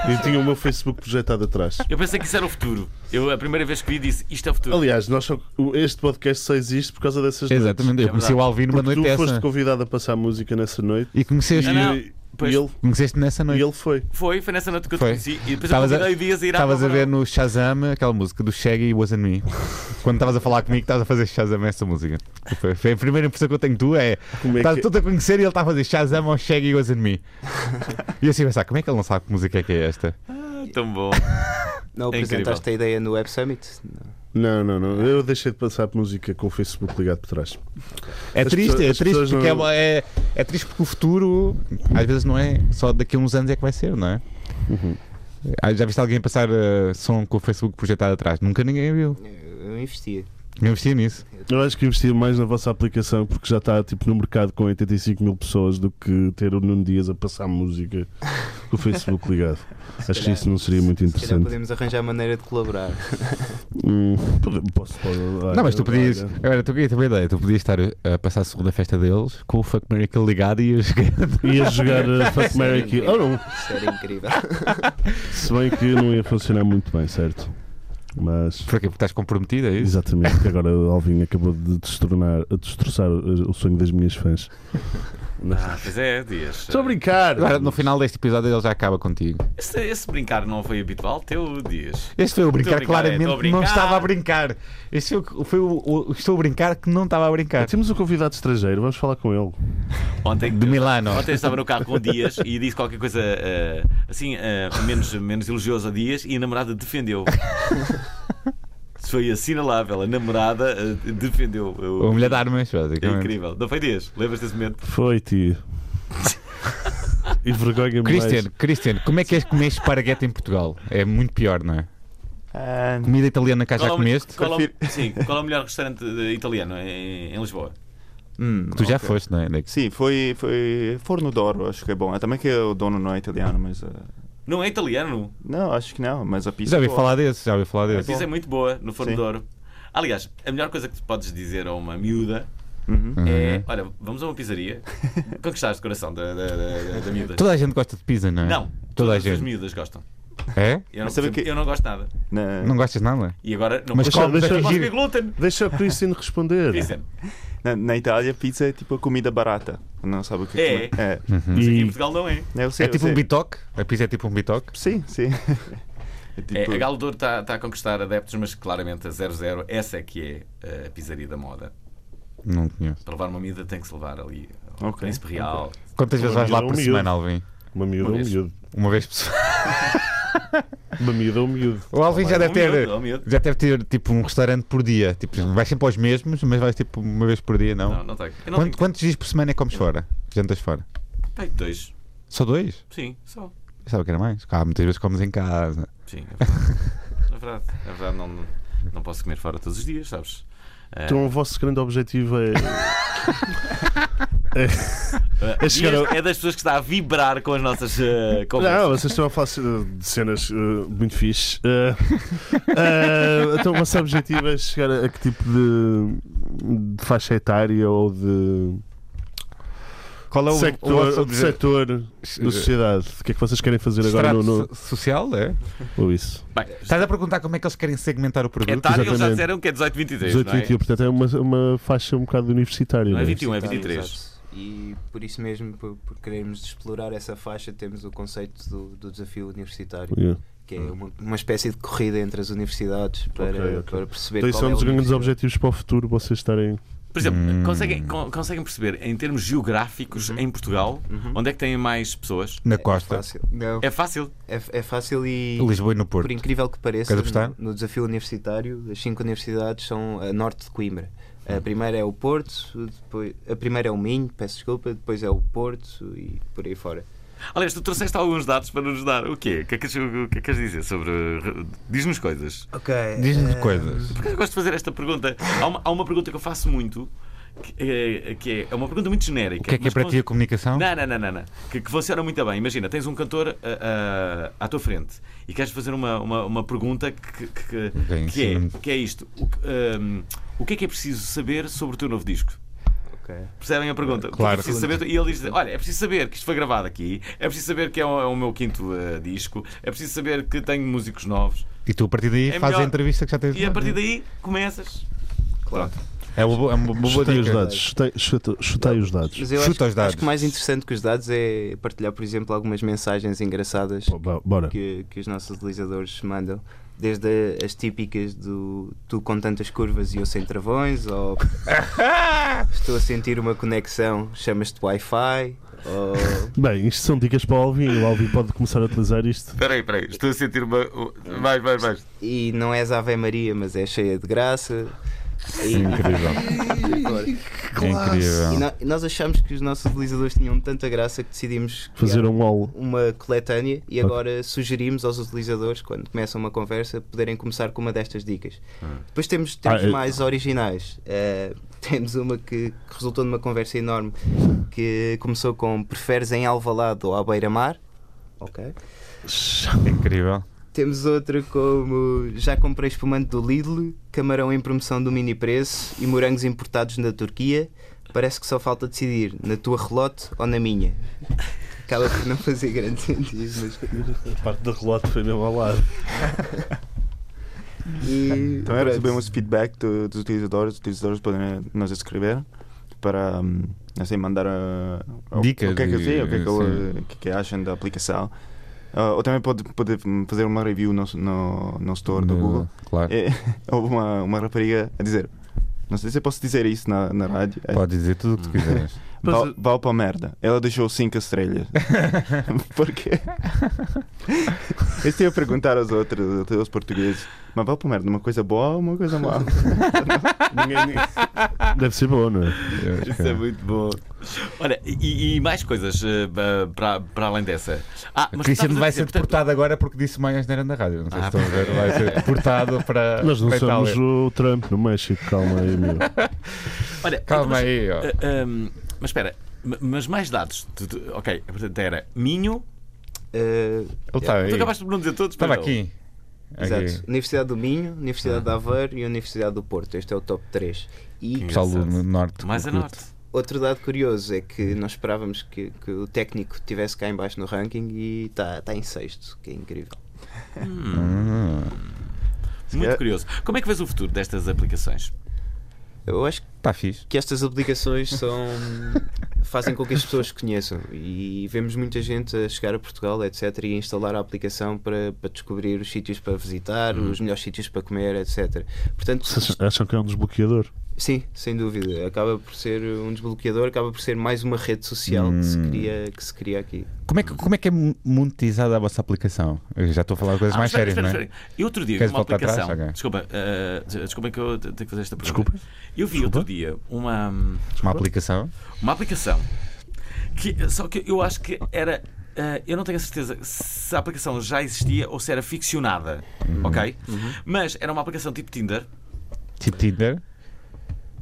E tinha o meu Facebook projetado atrás.
Eu pensei que isso era o futuro. Eu, a primeira vez que vi, disse isto é o futuro.
Aliás, nós só- o- este podcast só existe por causa dessas noites.
Exatamente, eu
É
conheci o Alvin numa
Porque
noite
tu foste
dessa.
convidado a passar música nessa noite
E conheceste,
Ah, não.
e,
Pois.
e ele,
conheceste nessa
e
noite.
ele foi.
Foi, foi nessa noite que eu te
Foi.
conheci. E depois
Estavas a-
eu convidei o Dias a ir à
Estavas a
Pavão.
ver no Shazam aquela música do Shaggy Wasn't Me. Quando estavas a falar comigo, estavas a fazer Shazam essa música. Foi, foi a primeira impressão que eu tenho de tu é.
Como é
Estás
que-
todo a conhecer e ele está a fazer Shazam ou Shaggy Wasn't Me. E eu assim a pensar, como é que ele não sabe que música é que é esta?
Tão bom.
Não
É incrível.
apresentaste a ideia no Web Summit?
Não, não, não. Eu deixei de passar música com o Facebook ligado por trás.
É
As
triste,
pessoas-
é
as pessoas
triste porque é,
não-
uma- é, é triste porque o futuro às vezes não é só daqui a uns anos é que vai ser, não é?
Uhum.
Ah, Já viste alguém passar ah, som com o Facebook projetado atrás? Nunca ninguém viu.
Eu investia.
Eu investia nisso.
Eu acho que investi mais na vossa aplicação porque já está tipo, no mercado com 85 mil pessoas do que ter o Nuno Dias a passar música com o Facebook ligado. acho que
calhar-
isso não seria muito
Se calhar
interessante.
podemos arranjar maneira de colaborar.
Hum, pode- posso, pode- ah,
Não,
olha,
mas tu podias.
olha.
Agora, tu queria ter uma ideia. Tu podias estar a passar a segunda festa deles com o Fuck Miracle ligado e a
Ia
jogar.
jogar a Fuck Mary Kill. Oh, não.
Isso era incrível.
Se bem que não ia funcionar muito bem, certo? Mas.
Por quê? Porque estás comprometido, é isso?
Exatamente, porque agora o Alvin acabou de destronar, a destroçar uh, o o sonho das minhas fãs.
Ah, pois é, Dias.
Estou a brincar!
Agora, no final deste episódio, ele já acaba contigo.
Esse, esse brincar não foi habitual teu, Dias.
Este foi o brincar,
obrigado, é,
claramente,
estou a
que não
brincar.
estava a brincar. Este foi, o- foi o, o- Estou a brincar que não estava a brincar.
Temos um convidado estrangeiro, vamos falar com ele.
Ontem,
De Milano.
ontem eu estava no carro com o Dias e disse qualquer coisa eh, assim, eh, menos, menos elogioso a Dias e a namorada defendeu. Isso foi assinalável. A namorada eh, defendeu.
Ou
Eu-
mulher de armas,
É
basicamente.
incrível. Não foi Dias? Lembras desse momento?
Foi, tio. E vergonha
Cristiano, Cristiano, como é que és comer esparguete em Portugal? É muito pior, não é?
Ah,
Comida italiana cá já
é o me-
comeste?
qual é o- sim, qual é o melhor restaurante eh, italiano em, em Lisboa?
hum,
Tu já
ok.
foste, não é? Nick?
Sim, foi, foi Forno d'Oro, acho que é bom. É também que o dono não é italiano, mas. ah,
Não é italiano.
não, acho que não, mas a pizza.
Já ouvi
é boa.
falar desse, já ouvi falar
A
desse.
pizza é muito boa no forno
Sim.
de ouro. Aliás, a melhor coisa que tu podes dizer a uma miúda
Uhum.
É, olha, vamos a uma pizzaria. Conquistaste o coração da, da, da, da miúda.
Toda a gente gosta de pizza, não é?
Não,
Toda a
todas as
gente.
miúdas gostam.
É?
Eu não,
Mas sabe
percebo-
que-
eu não gosto de nada.
Na-
Não gostas nada?
E agora não
Mas
posso
come,
não
deixa
posso
giro.
comer glúten. é.
Deixa a Christine responder.
é.
Dizem.
Na, na Itália, pizza é tipo comida barata. Não sabe o que
É.
que- É.
Mas aqui em
E
Portugal não é.
Eu sei,
Uhum. É
eu
tipo
sei.
um bitoque? A pizza é tipo um bitoque?
Sim, sim. É tipo...
É, a Galo Douro está a conquistar adeptos, mas claramente a 00, essa é que é uh, a pizzaria da moda.
Não conheço.
Para levar uma miúda tem que se levar ali ao
Ok.
Príncipe Real.
Quantas vezes
Uma
é
vais lá
miúda,
por
um
semana, Alvin?
uma miúda, um
Uma vez.
miúdo.
Uma vez por semana.
Uma miúda, um miúdo.
O Alvin já deve
Ao é um miúdo,
ter.
ao miúdo.
Já deve ter tipo um restaurante por dia. Tipo, vais sempre aos mesmos, mas vais tipo uma vez por dia, não?
Não, não está. Eu não
Quanto-
tenho...
Quantos dias por semana é que comes fora? Jantas fora?
Ai, dois.
Só dois?
Sim, só.
Eu Sabe que era mais? Ah, muitas vezes comes em casa.
Sim, é verdade. é verdade. É verdade, não, não posso comer fora todos os dias, sabes? Ah,
Então o vosso grande objetivo é.
ah,
é chegar
e
ao-
este é das pessoas que está a vibrar com as nossas ah,
Não,
conversas.
vocês estão a falar de cenas eh, muito fixe. Eh, eh, então o vosso objetivo é chegar a, a que tipo de, de faixa etária ou de
Qual é o,
sector,
o vosso
ou de setor da sociedade? O que é que vocês querem fazer agora
Estrato
no, no...
so- social, é?
Ou isso?
Bem,
Estás a perguntar como é que eles querem segmentar o produto?
etário, eles já
exatamente.
disseram que é 18, 23.
18,
não é?
21, portanto é uma, uma faixa um bocado universitária.
Não é
né?
21, é 23.
Exato. E por isso mesmo, por, por querermos explorar essa faixa, temos o conceito do, do desafio universitário,
Yeah.
que é uma, uma espécie de corrida entre as universidades para,
Ok, ok.
para perceber
Então isso
qual
é um
é a
dos grandes
universidade.
objetivos para o futuro, vocês estarem.
Por exemplo,
Hum.
conseguem, con- conseguem perceber em termos geográficos em Portugal onde é que têm mais pessoas?
Na
tá?
É
costa.
fácil. Não,
É fácil.
é, é fácil e
Lisboa e no Porto.
por incrível que pareça,
Queres apostar?
no, no desafio universitário, as cinco universidades são a norte de Coimbra.
Hum.
A primeira é o Porto, depois, a primeira é o Minho, peço desculpa, depois é o Porto e por aí fora.
Aliás, tu trouxeste alguns dados para nos dar. O quê? O que é que, o que, é que queres dizer sobre. Diz-nos coisas.
Ok.
Diz-nos coisas.
É, Porque eu gosto de fazer esta pergunta. Há uma, há uma pergunta que eu faço muito, que é, que é- é uma pergunta muito genérica.
O que é que é
mas
para
com-
ti a comunicação?
Não, não, não, não. não. Que, que funciona muito bem. Imagina, tens um cantor ah, ah, à tua frente e queres fazer uma, uma, uma pergunta que, que- que-
Bem,
que é,
ensina-me.
que é isto. O, que, ahm, o que é que é preciso saber sobre o teu novo disco? Percebem a pergunta? O que é que
Claro.
é preciso saber? E ele diz: Olha, é preciso saber que isto foi gravado aqui, é preciso saber que é o, é o meu quinto ah, disco, é preciso saber que tenho músicos novos.
E tu a partir
É
daí fazes a
melhor.
entrevista que já tens.
E a partir daí começas. Claro.
É uma boa, é uma boa
Chutei os
dica.
dados, chutei, chutei- chutei os dados.
Mas eu
Chuta
acho,
os dados.
acho que mais interessante que os dados é partilhar, por exemplo, algumas mensagens engraçadas
Bo- Bora.
que, que os nossos utilizadores mandam. Desde as típicas do tu com tantas curvas e eu sem travões, ou estou a sentir uma conexão, chamas-te Wi-Fi, ou
Bem, isto são dicas para o Alvin. O Alvin pode começar a utilizar isto.
Espera aí, espera aí. Estou a sentir uma. Mais, mais, mais.
e não és Ave Maria, mas é cheia de graça.
Incrível. É
E, e
incrível.
no- e nós achamos que os nossos utilizadores tinham tanta graça que decidimos criar
Fazer um all.
uma coletânea e agora sugerimos aos utilizadores, quando começam uma conversa, poderem começar com uma destas dicas. Depois temos, temos
Ah, é-
mais originais. Eh, temos uma que, que resultou numa conversa enorme que começou com preferes em Alvalade ou à beira-mar? Ok.
Incrível.
Temos outra como já comprei espumante do Lidl, camarão em promoção do mini preço e morangos importados da Turquia. Parece que só falta decidir na tua relote ou na minha. Acaba por não fazer grande sentido, mas
A parte do relógio foi mesmo ao lado.
E
Também
pronto.
recebemos um feedback do- dos utilizadores. Os utilizadores podem eh, nos escrever para hum, assim, mandar ah, o-
Dicas
o que é que eu
de-
sei, o que é que, eu-
sim.
o que, é que acham da aplicação. Ah, ou também pode, pode hum, fazer uma review no, no, no store do Google.
Claro.
É, houve uma, uma rapariga a dizer: Não sei se eu posso dizer isso na, na rádio. É,
Pode dizer tudo o que tu quiseres.
Val, val para merda. Ela deixou 5 estrelas. Porquê? Eu estive a perguntar aos outros, aos portugueses: Mas val para merda, uma coisa boa ou uma coisa má?
Deve ser bom, não é?
Eu acho que
Isso é muito bom. Olha, e, e mais coisas eh, ba- para, para além dessa. Ah,
O
mas
Christian
estavas a
vai
dizer,
ser
portanto,
deportado agora porque disse mais asneira na rádio. Não sei
Ah,
se estão a ver, vai ser deportado para.
Nós não
para
somos
Itália.
o Trump no México, calma aí, meu.
Olha,
Calma
mas,
aí, ó.
eh, ehm, mas espera, ma- mas mais dados. Tu- tu- ok, portanto era Minho.
Eh,
Ele está
Tu
aí. tá
É, acabaste por não dizer todos,
Estava
pois não?
aqui.
Exato.
Aqui.
Universidade do Minho, Universidade de Aveiro e Universidade do Porto. Este é o top 3. E
Pessoal do
Engraçado.
norte.
Mais a
curte.
norte.
outro dado curioso é que nós esperávamos que, que o técnico tivesse cá em baixo no ranking e está tá em sexto, que é incrível.
Muito
Ah,
calhar-
curioso. Como é que vês o futuro destas aplicações?
Eu acho
Está tá fixe.
que estas aplicações são fazem com que as pessoas conheçam e vemos muita gente a chegar a Portugal, etc, e a instalar a aplicação para, para descobrir os sítios para visitar, os melhores sítios para comer, etc. Portanto,
Vocês acham que é um desbloqueador?
sim, sem dúvida, acaba por ser um desbloqueador, acaba por ser mais uma rede social que se
Hum.
cria, que se cria aqui.
Como é, que, como é que é mu- monetizada a vossa aplicação? Eu já estou a falar de coisas
Ah,
mais
espera,
sérias,
espera,
não é?
espera. Eu outro dia vi
Queres
uma
voltar atrás?
aplicação.
Ok.
Desculpa, eh, des- desculpa que eu te- tenho que fazer esta pergunta.
Desculpa.
Eu vi outro dia uma,
Uma aplicação.
uma aplicação que só que eu acho que era. eh, eu não tenho a certeza se a aplicação já existia ou se era ficcionada,
Uhum.
ok? Mas era uma aplicação tipo Tinder
Tipo Tinder.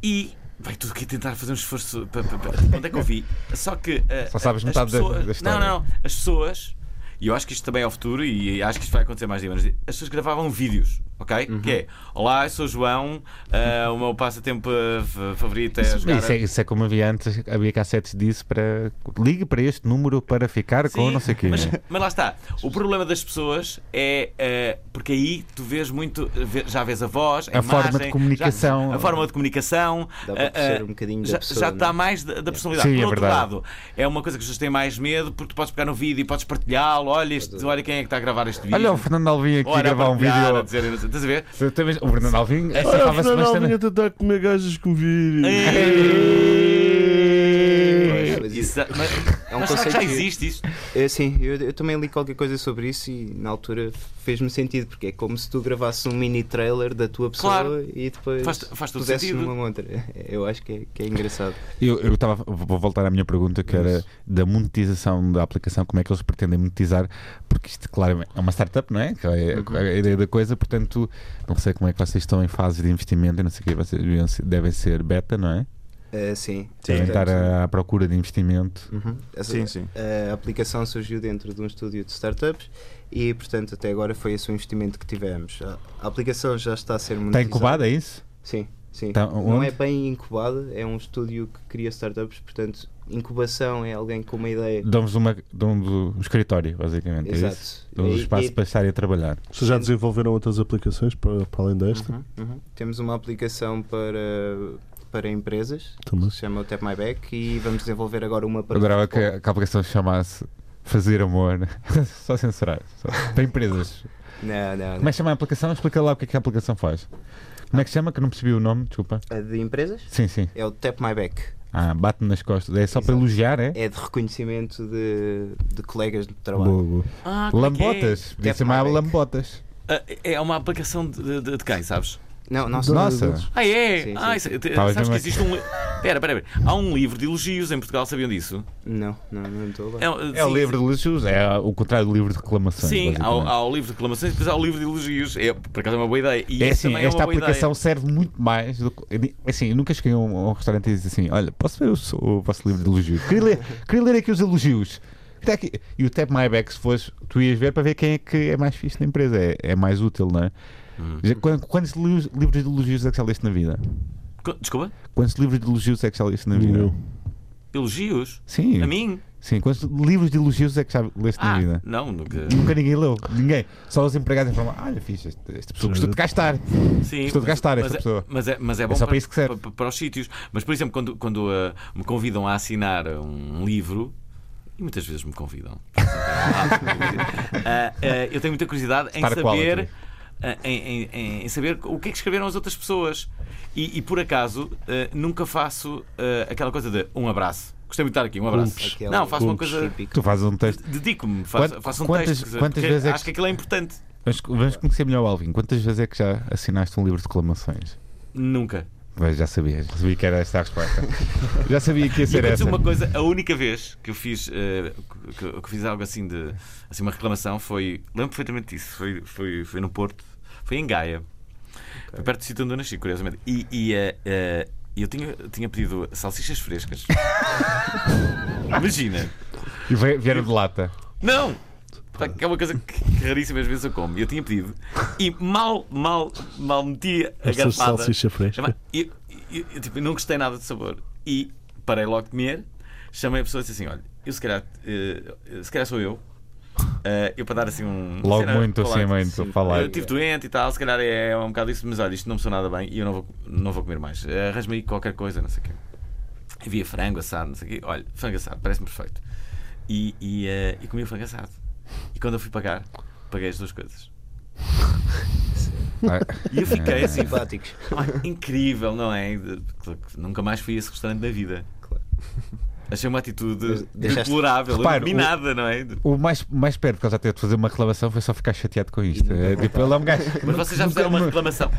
e. Bem, tudo que tentar fazer um esforço para, para, para- onde é que eu vi. Só que. eh,
Só sabes
as
metade da-
pessoas-
da história.
Não, não, as pessoas. E eu acho que isto também é o futuro e acho que isto vai acontecer mais dia menos. dia, As pessoas gravavam vídeos, ok?
Uhum.
Que é: Olá, eu sou o João, eh, o meu passatempo eh, fa- favorito é jogar.
Isso é, isso é como havia antes, havia cassetes disso para. Ligue para este número para ficar com
Sim,
não é? sei o quê.
Mas, mas lá está. O problema das pessoas é eh, porque aí tu vês muito, vê- já vês a voz, a,
A forma de
imagem, já-
comunicação.
a forma de comunicação.
Dá para
eh,
perceber
eh,
um bocadinho da
já,
pessoa,
já
não é?
dá mais da, da personalidade.
Sim,
Por
é
outro
verdade.
lado, é uma coisa que as pessoas têm mais medo porque tu podes pegar no vídeo e podes partilhá-lo. Olha, este, olha quem é que está a gravar este vídeo.
Olha, o Fernando Alvim aqui
Ora, a
gravar um
partilhar,
vídeo.
a dizer, não sei- estás a ver?
Eu também- O Fernando Alvim
Olha, o
safava-se
Fernando
bastante.
Alvim a tentar comer gajas com vídeo.
Pois, mas
É, Isso, mas,
é um
mas será que já
conceito que-
existe isso.
É, sim, eu, eu também li qualquer coisa sobre isso e na altura fez-me sentido, porque é como se tu gravasses um mini trailer da tua pessoa
Claro.
e depois
Faz- faz todo
pusesses
sentido.
numa outra. Eu acho que é, que é engraçado.
Eu, eu estava. Vou voltar à minha pergunta que era da monetização da aplicação, como é que eles pretendem monetizar, porque isto, claro, é uma startup, não é? Que é a- a ideia da coisa, portanto, não sei como é que vocês estão em fase de investimento, eu não sei o que, vocês deviam ser- devem ser beta, não é?
Ah, sim,
Devem estar
Portanto,
à, à procura de investimento.
Uhum. A,
Sim, sim.
a aplicação surgiu dentro de um estúdio de startups e, portanto, até agora foi esse o investimento que tivemos. A, a aplicação já está a ser
Está
monetizada.
incubada, é isso?
Sim, sim.
Tá,
não
onde?
é bem incubada, é um estúdio que cria startups, portanto, incubação é alguém com uma ideia.
Dão-vos uma- dão-vos um escritório, basicamente. É
Exato.
isso? Dão-vos
E-
espaço
e-
para estarem a trabalhar.
Vocês já desenvolveram outras aplicações para, para além desta?
Uhum, uhum. Temos uma aplicação para, para empresas
Também.
que se chama o Tap My Back e vamos desenvolver agora uma para
Eu adorava é que,
futebol.
a- que a aplicação se chamasse Fazer Amor. só censurar. só. Para empresas.
Não, não,
Como
não.
é que chama a aplicação? Explica lá o que é que a aplicação faz. Como é que chama? Que eu não percebi o nome, desculpa.
A É de empresas
Sim, sim.
é o Tap My Back.
Ah, bate-me nas costas. É só para
Exato.
elogiar, é?
É de reconhecimento de, de colegas de trabalho.
Boa, boa.
Ah, como é que é?
Lambotas. Podia
Tap
chamar
my back.
Lambotas.
Ah, É uma aplicação de, de, de quem, sabes?
Não, nossa.
Nossa.
Ah, é?
Sim,
Ah,
sim,
isso, te-
Talvez
sabes que
não é.
existe um. li- Pera, pera, pera. Há um livro de elogios em Portugal, sabiam disso?
Não, não, não estou lá.
É,
É o
sim,
livro de elogios. É o contrário do livro de reclamações.
Sim, há,
basicamente.
há o livro de reclamações e depois há o livro de elogios. É, por acaso é uma boa ideia. E
É
isso
assim,
também é
esta
uma boa
aplicação
Ideia.
serve muito mais do que. eu di- é Assim, eu nunca cheguei a um, a um restaurante e disse assim: Olha, posso ver o, seu- o vosso livro de elogios? Queria ler, queria ler aqui os elogios. Até aqui. E o Tap My Back, se fosse, tu ias ver para ver quem é que é mais fixe na empresa. É, é mais útil, não é?
Hum.
Já- quan- Quantos, li- livros de elogios é que já leste na vida?
Co- Desculpa?
Quantos livros de elogios é que já leste na vida?
Nenhum.
Elogios?
Sim.
A mim?
Sim, quantos livros de elogios é que já leste
Ah,
na vida?
não, nunca.
Nunca ninguém leu, ninguém. Só os empregados falam: Olha, fixe, esta esta pessoa gostou de gastar.
Sim,
Estou
mas-
de gastar esta
mas é-
pessoa.
Mas é, mas é bom
só para isso que serve.
para, para os sítios. Mas, por exemplo, quando, quando ah, me convidam a assinar um livro, e muitas vezes me convidam, ah, ah, eu tenho muita curiosidade em
Star quality.
saber. ah, em, em- em saber o que é que escreveram as outras pessoas. E, e, por acaso, ah, nunca faço ah, aquela coisa de um abraço. Gostei muito de estar aqui, um abraço.
Ups.
Aquela-
Não, faço uma
Ups.
coisa.
Típico.
Tu fazes um texto.
Dedico-me, faço,
Quant-
faço um
quantas-
texto.
quantas
porque
vezes é que-
acho que aquilo é importante.
Vamos, vamos conhecer melhor o Alvin. Quantas vezes é que já assinaste um livro de reclamações?
Nunca.
Pois, já sabias. Já sabia que era esta a resposta. já sabia que ia
E
ser essa.
aconteceu uma coisa, a única vez que eu fiz eh, que, que fiz algo assim de assim, uma reclamação foi. Lembro perfeitamente disso, foi, foi, foi no Porto, foi em Gaia. Foi perto do sítio onde eu nasci, curiosamente. E, e, eh, eh, eu tinha, tinha pedido salsichas frescas. Imagina.
E veio- vieram de lata.
Não! Pá, que É uma coisa que, que raríssimas vezes eu como. Eu tinha pedido e mal, mal, mal meti a
Esta
garfada.
salsicha fresca.
Epá, Eu, eu- eu, tipo, não gostei nada de sabor e parei logo de comer. Chamei a pessoa e disse assim: Olha, eu se calhar, eh, se calhar sou eu. Eh, eu para dar assim um.
Logo
sei lá,
muito
falar-
assim, muito a falar.
Eu estive doente e tal, se calhar é um bocado isso, mas olha, isto não me sou nada bem e eu não vou, não vou comer mais. Eh, Arranja-me aí qualquer coisa, não sei o quê. Havia frango assado, não sei o quê. Olha, frango assado, parece-me perfeito. E, e, eh, e comi o frango assado. E quando eu fui pagar, paguei as duas coisas.
Ah,
E eu
É.
fiquei assim,
Simpáticos.
"Ah, incrível, não é? Claro que Nunca mais fui a esse restaurante da vida.
Claro.
Achei uma atitude
Mas deixaste-
deplorável,
Repare,
não vi
o-
nada, não é?
O mais, mais perto que eles já teve de fazer uma reclamação foi só ficar chateado com isto. É, tipo, ele é um gajo.
Mas vocês já
Nunca-
fizeram uma
nunca-
reclamação.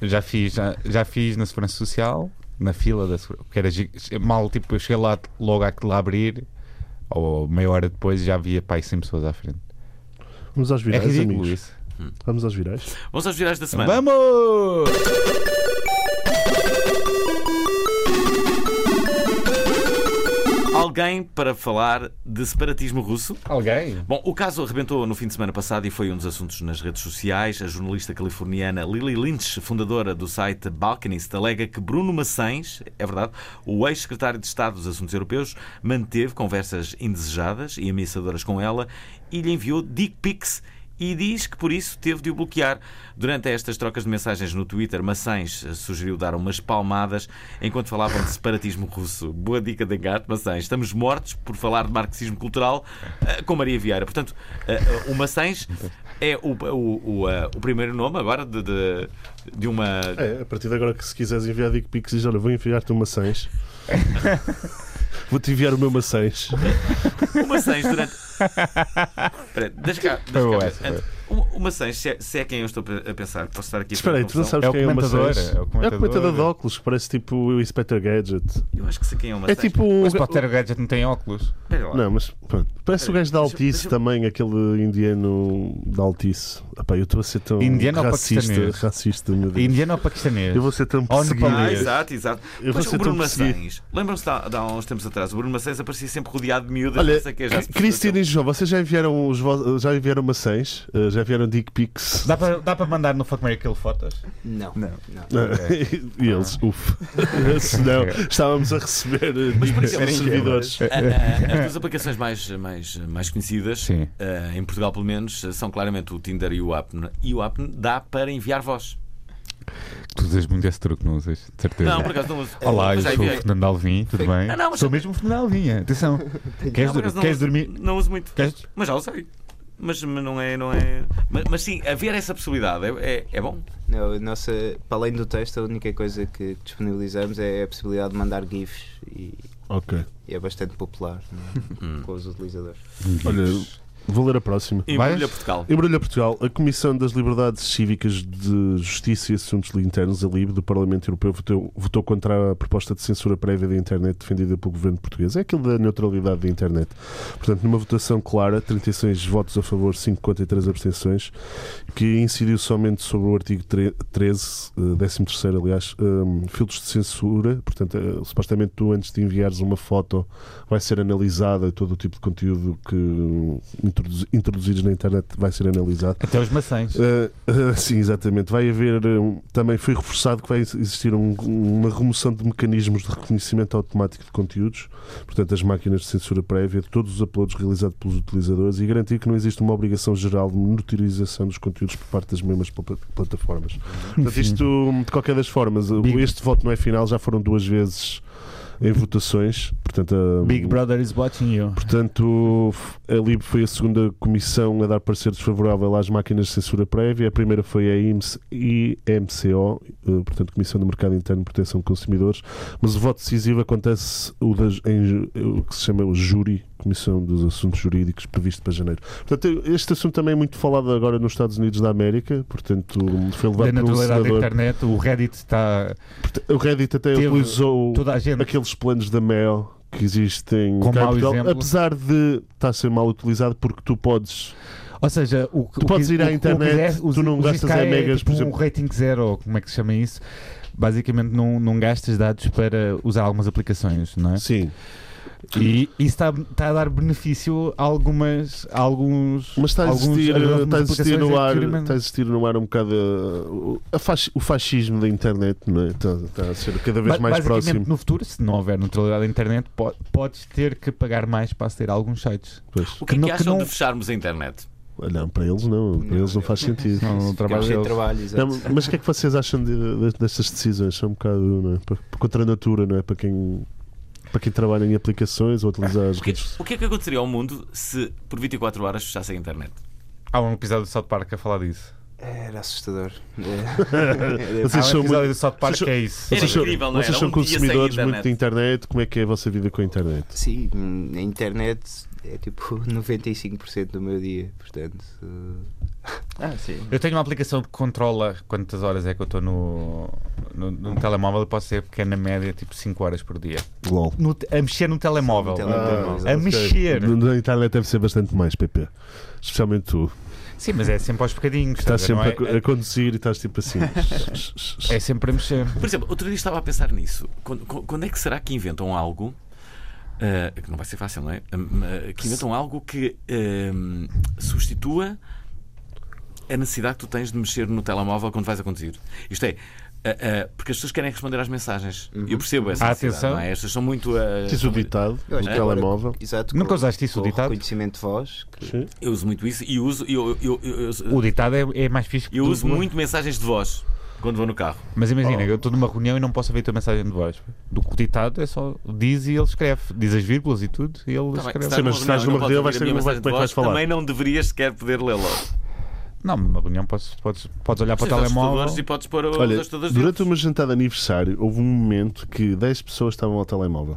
Já fiz, já, já fiz na Segurança Social, na fila da Segurança. Porque era gi- mal, tipo, eu cheguei lá logo àquilo a abrir, ou meia hora depois já havia pai 100 pessoas à frente.
Vamos aos
É
virais,
ridículo
amigos.
isso.
Vamos aos virais.
Vamos aos virais da semana.
Vamos!
Alguém para falar de separatismo russo?
Alguém?
Bom, o caso arrebentou no fim de semana passado e foi um dos assuntos nas redes sociais. A jornalista californiana Lily Lynch, fundadora do site Balkanist, alega que Bruno Maçães, é verdade, o ex-secretário de Estado dos Assuntos Europeus, manteve conversas indesejadas e ameaçadoras com ela e lhe enviou dick pics e diz que por isso teve de o bloquear. Durante estas trocas de mensagens no Twitter, Maçães eh, sugeriu dar umas palmadas enquanto falavam de separatismo russo. Boa dica de engate, Maçães. Estamos mortos por falar de marxismo cultural eh, com Maria Vieira. Portanto, eh, eh, o Maçães é o, o- o, eh, o primeiro nome agora de, de, de uma.
É, a partir de agora que se quiseres enviar dick pics, diz, olha, vou enviar-te um maçãs. Vou-te enviar o meu maçãs.
É
O um Maçãs durante. Espera, deixa cá.
Foi
Deixa
boa
cá.
essa, foi.
O- O Maçães, se é, se é quem eu estou a pensar, posso estar aqui a
Espera aí, tu
fazer confusão?
não sabes
É o
quem é o
comentador,
maçãs?
é o comentador.
comentador de óculos, que parece tipo o Inspector Gadget.
Eu acho que sei quem é o
É
Maçãs.
tipo... o
Mas
ga-
pode ter o gadget, não tem óculos.
Espera lá.
Não, mas pronto. Parece o gajo da
Deixa-
Altice
deixa-
também, aquele indiano da Altice. Epá, eu estou a ser tão
Indiano ou
racista,
paquistanês?
racista, meu Deus.
Indiano ou paquistanês?
Eu vou ser tão
Ou
perseguido.
Ah,
nepalês.
exato, exato.
é
Mas
Eu vou ser
o Bruno
tão perseguido.
Maçãs, lembram-se de há de há uns tempos atrás, o Bruno Maçãs aparecia sempre rodeado de miúdas,
Olha,
não
é
sei o que, já se percebeu
Cristina
que
e João, vocês já enviaram, os vo- já enviaram maçãs? Eh, Já enviaram dick pics?
Dá para dá para mandar no Fuck Mary Kill fotos?
Não.
Não.
não.
e eles, uff, se não, estávamos a receber eh, dicas
exemplo,
dos servidores.
ele- As duas aplicações mais, mais, mais conhecidas,
Sim.
eh, em Portugal pelo menos, são claramente o Tinder e o Apn. E o Apn dá para enviar voz.
Tu usas muito esse truque, não usas? De certeza.
Não, por acaso não uso.
é. Olá, eu
Mas já
sou o
enviei.
Fernando Alvim, tudo bem?
Ah, não, mas-
sou mesmo o Fernando Alvim, atenção. Queres,
Não, por
dur-
acaso não
queres
uso-
dormir?
Não uso muito.
Queres-
Mas já usei. Mas mas não é. Não é... Mas, mas sim, haver essa possibilidade é, é, é bom.
Não, a nossa, para além do texto, a única coisa que disponibilizamos é a possibilidade de mandar GIFs e,
Ok,
e é bastante popular não
Hum.
é? com os utilizadores.
olha, vou ler a próxima.
Embrulha Portugal.
Embrulha Portugal, a Comissão das Liberdades Cívicas de Justiça e Assuntos Internos, a LIB, do Parlamento Europeu, votou, votou contra a proposta de censura prévia da internet defendida pelo governo português. É aquilo da neutralidade da internet. Portanto, numa votação clara, 36 votos a favor, 53 abstenções, que incidiu somente sobre o artigo tre- 13, eh, 13, aliás, hum, filtros de censura. Portanto, eh, supostamente tu, antes de enviares uma foto, vai ser analisada todo o tipo de conteúdo que hum, introduzi- introduzidos na internet vai ser analisado.
Até os maçãs.
Uh, uh, sim, exatamente. Vai haver. um, também foi reforçado que vai ex- existir um- uma remoção de mecanismos de reconhecimento automático de conteúdos, portanto, as máquinas de censura prévia, de todos os uploads realizados pelos utilizadores e garantir que não existe uma obrigação geral de monitorização dos conteúdos por parte das mesmas pla- plataformas. Portanto, isto, de qualquer das formas, o-
Big-
este voto não é final, já foram duas vezes em votações, portanto, eh, a-
Big Brother is watching you.
Portanto, a LIB foi a segunda comissão a dar parecer desfavorável às máquinas de censura prévia. A primeira foi a IMS IMCO, eh, portanto, Comissão do Mercado Interno de Proteção de Consumidores. Mas o voto decisivo acontece o, das, em ju- eh, o que se chama o júri, Comissão dos Assuntos Jurídicos, previsto para janeiro. Portanto, este assunto também é muito falado agora nos Estados Unidos da América. Portanto, foi
Da
levado por um
naturalidade da
senador.
internet, o Reddit está.
O Reddit até
Teve
utilizou
Toda a gente.
aqueles É planos da Mel que existem
Com
cá em
mau
Portugal,
exemplo.
apesar de estar a ser mal utilizado porque tu podes
Ou seja, o que.
Tu podes
o que-
ir à
o que- o que
internet,
der-
tu
os-
não
os
gastas
ISK
em megas,
é,
por
tipo,
exemplo.
um rating zero, ou como é que se chama isso? Basicamente, não, não gastas dados para usar algumas aplicações, não é?
sim
E isso está, está a dar benefício a algumas. A alguns
Mas está a
alguns-
existir,
algumas
está a existir
aplicações
no
é
ar,
que-
está a existir no ar um bocado uh, o- a fax- o fascismo da internet, não é? Está, está a ser cada vez
Ba-
mais
basicamente,
próximo.
No futuro, se não houver neutralidade da internet, po- podes ter que pagar mais para aceder a alguns sites.
Pois.
O que é
Que não-
que
que
acham
não-
de fecharmos a internet?
Ah, Não, para eles não, para
Não,
eles não
eu-
faz sentido.
Não, não trabalho
Trabalho
deles.
trabalho, exato.
Não, mas o que é que vocês acham de, de- destas decisões? São um bocado não é? Por- por contra a natura, não é? Para quem, para quem trabalha em aplicações ou utilizar
Ah,
as
O que,
redes
o que é que aconteceria ao mundo se por 24 horas fechasse a internet?
Há um episódio do South Park a falar disso.
Era assustador. É.
Há
Vocês
um
são
episódio
muito-
do South Park
vocês são-
que é isso.
Era
Vocês são,
incrível, não
vocês
era?
são
Um dia sem
consumidores
internet.
muito de internet. Como é que é a vossa vida com a internet?
Sim, hum, a internet é tipo 95% do meu dia, portanto. eh,
Ah, sim.
Eu tenho uma aplicação que controla quantas horas é que eu estou no, no, no telemóvel e posso ser porque é na média tipo 5 horas por dia.
LOL.
No te- a mexer no telemóvel.
telemóvel,
Ah,
a
exato.
mexer.
Na- Na internet deve ser bastante mais, PP. Especialmente tu.
Sim, mas é sempre aos bocadinhos.
Estás
estás a
sempre
ver,
a, co-
não
a conduzir e estás tipo assim.
é? é sempre a mexer.
Por exemplo, outro dia estava a pensar nisso. Quando, quando- quando é que será que inventam algo? ah, que não vai ser fácil, não é? Ah, ah, que inventam algo que ah, substitua a necessidade que tu tens de mexer no telemóvel quando vais a conduzir. Isto é. ah, ah, porque as pessoas querem responder às mensagens. Eu percebo essa
Ah,
necessidade,
atenção.
não é? Estas são muito. ah, são muito-
Desubitado
Eu
no
acho que agora-
telemóvel.
Exato.
Nunca
com-
usaste isso,
com
o ditado?
Reconhecimento de voz. que-
Sim.
Eu uso muito isso e uso. Eu, eu, eu, eu-
O ditado é, é mais fixe que
eu
tu-
uso muito mensagens de voz quando vou no carro.
Mas imagina,
Oh.
eu estou numa reunião e não posso ouvir a tua mensagem de voz. Do que o ditado é só diz e ele escreve. Diz as vírgulas e tudo e ele
Tá bem,
escreve.
se
Sim, mas
estás
se estás
numa
numa
reunião e não podes
reunião, vais
ouvir a
ter que-
minha
como é que
mensagem de
vais
voz,
falar?
Também não deverias sequer poder lê-la.
Não, numa reunião posso, podes, podes olhar para o
Precisas de
telemóvel.
ajustadores E podes pôr os
Olha,
ajustadores
durante
deles.
uma jantada de aniversário, houve um momento que 10 pessoas estavam ao telemóvel.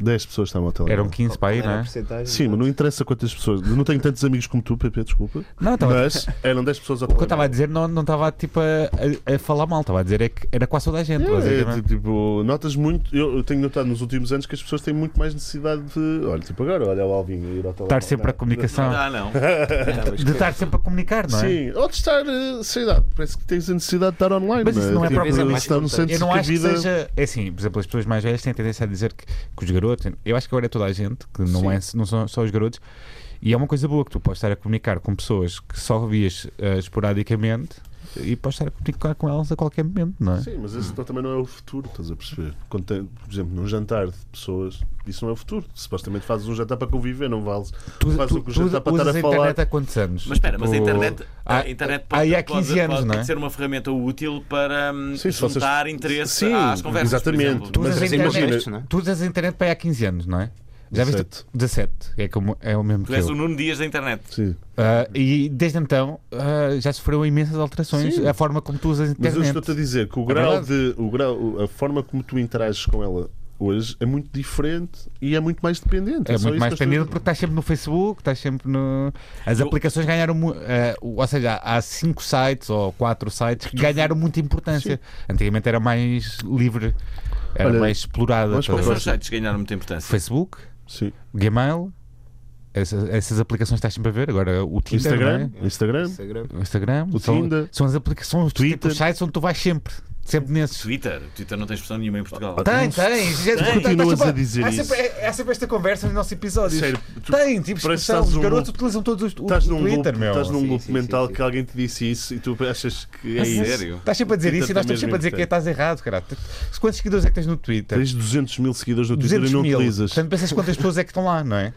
10 pessoas estavam ao telemóvel.
Eram 15 para aí,
Era
não
a
é?
porcentagem,
Sim, mas não interessa quantas pessoas. Não tenho tantos amigos como tu, PP, desculpa.
Não, estava
Mas eram 10 pessoas ao
O que eu estava a
telemóvel.
dizer não não estava tipo a, a- a falar mal, estava a dizer é que era quase toda a gente,
É,
basicamente.
tipo, notas muito. Eu eu tenho notado nos últimos anos que as pessoas têm muito mais necessidade de. Olha, tipo agora, olha o Alvin a ir ao telemóvel. é?
Estar sempre a
Não
comunicação.
dá, Ah, não.
De estar sempre a comunicar, não é?
Sim, ou de estar, eh, sei lá, parece que tens a necessidade de estar online.
Mas isso não é
Tipo,
propriamente-
se não sentes
Eu não
que a
acho que
vida.
seja. É assim, por exemplo, as pessoas mais velhas têm tendência a dizer que, que os garotos. Eu acho que agora é toda a gente, que não, é, não são só os garotos. E é uma coisa boa que tu podes estar a comunicar com pessoas que só vias eh, esporadicamente e podes estar a comunicar com elas a qualquer momento, não é?
Sim, mas esse não- também não é o futuro, estás a perceber? Quando tem, por exemplo, num jantar de pessoas, isso não é o futuro. Supostamente fazes um jantar para conviver, não vales.
Tu,
Faz
tu,
o que o
tu
jeito dá para estar
usas
a
a
falar.
internet há quantos anos?
Mas espera, mas a
Tipo,
internet, a
Ah,
há-
internet
há aí
pode,
há 15
pode-
anos,
pode
não é?
ser uma ferramenta útil para hum,
Sim, se vocês-
juntar interesse
Sim,
às conversas. por
exatamente.
exemplo.
Tu usas, a
Mas
internet,
imagina-
tu usas a internet para aí há 15 anos, não é? Já viste?
17.
17. É, como, é o mesmo
Tu
que
és um-
eu.
o Nuno Dias da internet.
Sim.
Ah, e desde então ah, já sofreu imensas alterações
Sim.
a forma como tu usas a
Mas eu
internet.
estou-te a dizer que o
É
grau de.
verdade.
O grau, a forma como tu interages com ela hoje é muito diferente e é muito mais dependente.
É
só
muito
isso
mais
que eu estou
dependente
a dizer.
porque estás sempre no Facebook, estás sempre no. As
Eu-
aplicações ganharam. mu- eh, ou seja, há cinco sites ou quatro sites que ganharam muita importância. Antigamente era mais livre, era
Olha,
mais explorada.
vamos para o
Mas
Estás a ver?
os sites ganharam muita importância.
Facebook,
Sim.
Gmail, essas, essas aplicações que estás sempre a ver. Agora o Tinder,
Instagram,
não
Instagram,
Instagram.
é? o Instagram,
O
são,
Tinder,
são as aplicações, tipo,
Twitter.
os sites onde tu vais sempre, sempre nesses.
Twitter. Twitter não tem expressão nenhuma em Portugal.
Ah, tá.
Tem, tem. gente,
Tem.
tá- tá-
Continuas
tá sempre-
a dizer
há
isso.
Sempre, é, há sempre esta conversa nos nossos episódios.
Sério, tu
tem,
parece que
tipo, expressão,
estás
os
num
garotos
loop.
utilizam todos os o,
estás
o
num
Twitter,
loop,
meu.
estás num
Sim,
loop
sim,
mental
sim, sim.
que alguém te disse isso e tu achas que é
A
isso.
sério?
Estás sempre a dizer
Twitter
isso e nós
também
estamos sempre a dizer que
mesmo tá.
estás errado, cara. Tu- Quantos seguidores é que tens no Twitter?
Tens 200 mil seguidores no Twitter
200
e não
mil.
utilizas.
Portanto, pensas quantas pessoas é que estão lá, não é?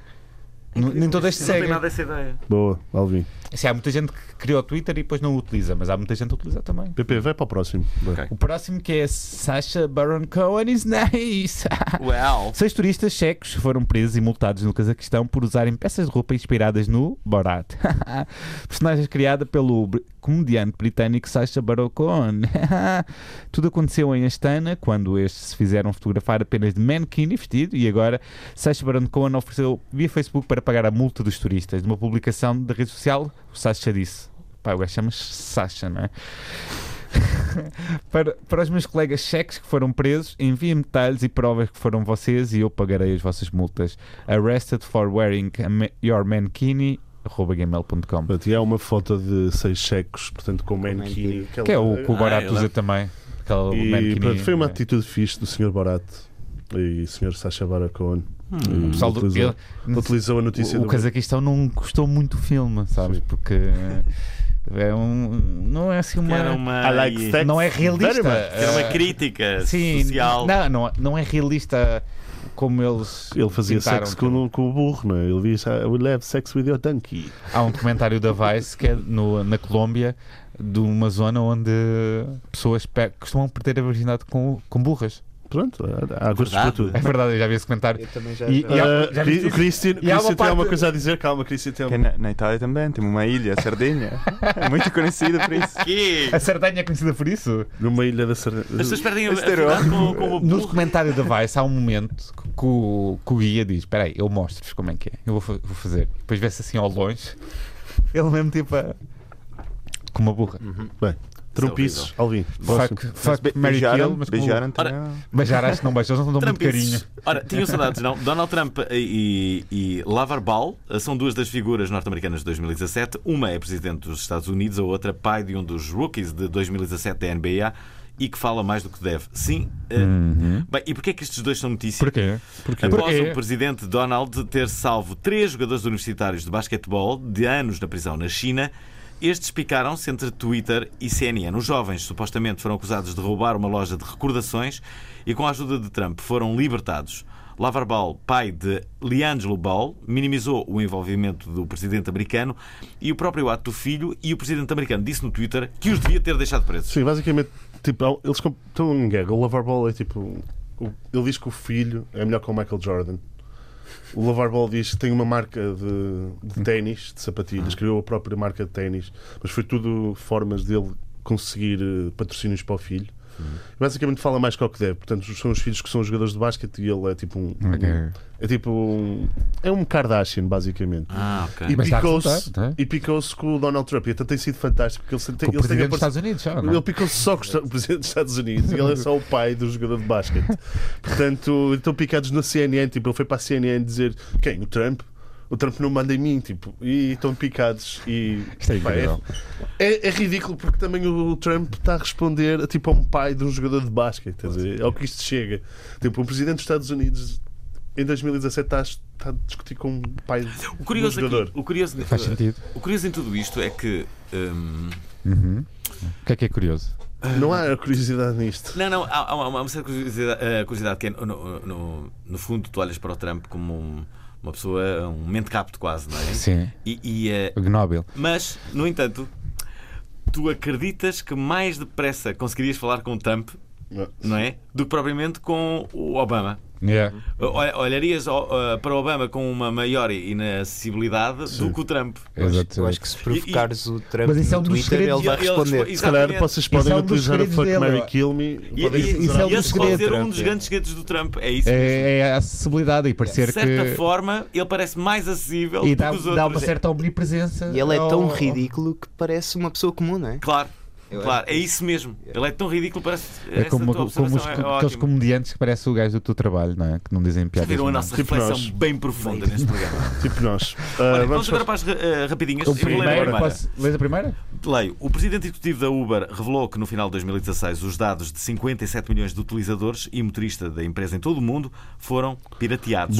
N- Nem todas te
Não tem
seguem.
nada essa ideia.
Boa, Alvin.
Assim, há muita gente que criou o Twitter e depois não o utiliza, mas há muita gente a utilizar também.
PP, vai para o próximo. Vai.
Ok.
O próximo que é Sasha Baron Cohen is nice.
Well.
Seis turistas checos foram presos e multados no Cazaquistão por usarem peças de roupa inspiradas no Borat. Personagem criada pelo br- comediante britânico Sacha Baron Cohen. Tudo aconteceu em Astana, quando estes se fizeram fotografar apenas de mannequin e vestido, e agora Sacha Baron Cohen ofereceu via Facebook para pagar a multa dos turistas. Numa publicação da rede social, o Sacha disse... Pá, o gajo chama Sacha, não é? para, para os meus colegas cheques que foram presos, enviem-me detalhes e provas que foram vocês e eu pagarei as vossas multas. Arrested for wearing a ma- your mankini arroba gmail.com
Portanto, e há é uma foto de seis checos, portanto, com
mankini.
mankini. aquela-
que é o que o Borat
Ah, eu
usa
lembro.
também. Aquela
E
mankini,
pronto, foi uma
é.
atitude fixe do Sr. Borat e Sr. Sacha Baron Cohen. E
Hum, O pessoal do-
utilizou,
ele-
utilizou a notícia
o, o
do-
Cazaquistão não gostou muito do filme, sabes? Porque eh, é um, não é assim uma.
Era uma,
I like sex Ah.
Não é
very
realista.
much.
era uma
Eh,
crítica
Sim,
social.
Não, não, não é realista como eles.
Ele fazia
pintaram então.
sexo com,
aquilo.
com o burro, não é? Ele diz: I will have sex with your donkey.
Há um documentário da Vice que é no- na Colômbia de uma zona onde pessoas pe- costumam perder a virgindade com, com burras.
Pronto, há, há gostos para
Verdade.
tudo.
É verdade, eu já vi esse comentário.
Eu também já.
E-
já-
e há-
Ah,
já
Cri-
disse
o Christian,
E há uma
Christian tem alguma
parte-
coisa a didizer? Calma, Christian tem
Que
alguma
na, na Itália também tem uma ilha, a Sardenha. É muito conhecida por isso.
Que?
A Sardanha é conhecida por isso?
Numa ilha da Sardinha.
As pessoas perdem a a
Estereó.
verdade com,
um
com o
No
burro.
documentário da Vice há um momento que o, que o guia diz: Espera aí, eu mostro-vos como é que é. Eu vou, fa- vou fazer. Depois vê-se assim ao longe. Ele mesmo tipo. a- Com uma burra.
Uhum.
é
Trompiços, Alvin. próximo.
Fuck, fuck
Be-
Mary Kill.
beijaram,
Mas com-
beijaram também.
Beijar acho que não beijou, eles não dão um muito carinho.
Trumpices. Ora, tinham saudades, não? Donald Trump e, e Lavar Ball eh, são duas das figuras norte-americanas de 2017. Uma é presidente dos Estados Unidos, a outra pai de um dos rookies de 2017 da NBA e que fala mais do que deve. Sim. eh, Bem, e porquê é que estes dois são notícia?
Uhum. Porquê? Porquê?
é.
Após o presidente Donald ter salvo três jogadores universitários de basquetebol de anos na prisão na China, estes picaram-se entre Twitter e CNN. Os jovens supostamente foram acusados de roubar uma loja de recordações e, com a ajuda de Trump, foram libertados. Lavar Ball, pai de Liangelo Ball, minimizou o envolvimento do presidente americano e o próprio ato do filho, e o presidente americano disse no Twitter que os devia ter deixado presos.
Sim, basicamente, tipo, há- eles comp- estão em guerra. O Lavar Ball é tipo. o- Ele diz que o filho é melhor que o Michael Jordan. O Lavar Ball diz que tem uma marca de, de ténis, de sapatilhas, criou a própria marca de ténis, mas foi tudo formas dele conseguir eh, patrocínios para o filho. Basicamente fala mais que o que deve. Portanto, são os filhos que são jogadores de basquete e ele é tipo um. um- é tipo um. É um Kardashian, basicamente.
Ah,
Tá.
ok.
E
Mas está a
picou-se
resultar, não é?
e picou-se com o Donald Trump. E até tem sido fantástico porque ele tem,
Com o
ele tem
presidente dos
aparecido-
Estados Unidos, já, não? é?
ele picou-se só com o presidente dos Estados Unidos e ele é só o pai do jogador de basquete. Portanto, estão picados na CNN. Tipo, ele foi para a CNN dizer quem? O Trump? O Trump não manda em mim, tipo, e estão picados. E,
Isto é
Pá,
incrível.
é, é ridículo porque também o Trump está a responder tipo, a um pai de um jogador de basquete. Quer dizer, ao que isto chega. Tipo, o presidente dos Estados Unidos em 2017 está a, está a discutir com um pai de
O
um
é
curioso,
jogador.
aqui, o, curioso,
Faz sentido.
o curioso em tudo isto é que. hum,
Uhum. O que é que é curioso?
Não há curiosidade nisto.
Não, não, há, há uma, há uma certa curiosidade, eh, curiosidade que é, no, no, no fundo, tu olhas para o Trump como um- uma pessoa, um mentecapto quase, não é?
Sim.
E, e, eh,
Gnóbil.
mas, no entanto, tu acreditas que mais depressa conseguirias falar com o Trump, não é? Do que propriamente com o Obama.
Yeah.
Olha- Olharias ó, eh, para o Obama com uma maior inacessibilidade do que o Trump.
Exato.
Eu acho que se provocares o Trump
Mas isso é um
no
dos
Twitter, ele
é segredos.
vai
Ele- ele
responder.
responde-
Se calhar
Exatamente.
vocês
Isso
podem
é um dos
utilizar a
segredos
Fuck
dele,
Mary
ó.
Kill Me.
E,
podem
e,
utilizar-
é um
e
dos
esse pode
segredos,
ser um
Trump,
dos
é.
grandes segredos do Trump. É isso mesmo.
É, é a acessibilidade e parecer
de certa
que.
forma, ele parece mais acessível
E
do
dá,
que os outros.
dá uma certa omnipresença.
E ele é tão
ao-
ridículo que parece uma pessoa comum, não é?
Claro,
Eu
claro,
acho
é isso mesmo. Ele é tão ridículo, parece.
É como, como os,
é
aqueles
ótimo.
comediantes que parece o gajo do teu trabalho, não é? Que não dizem piadas.
Viram a
nenhumas.
nossa
Tipo
reflexão
nós.
bem profunda neste programa.
Tipo nós. Ah,
Olha,
vamos
vamos agora para as eh, rapidinhas.
O
Eu vou ler a
primeiro,
primeira.
posso, lês a primeira?
Leio. O presidente executivo da Uber revelou que no final de 2016 os dados de 57 milhões de utilizadores e motorista da empresa em todo o mundo foram pirateados.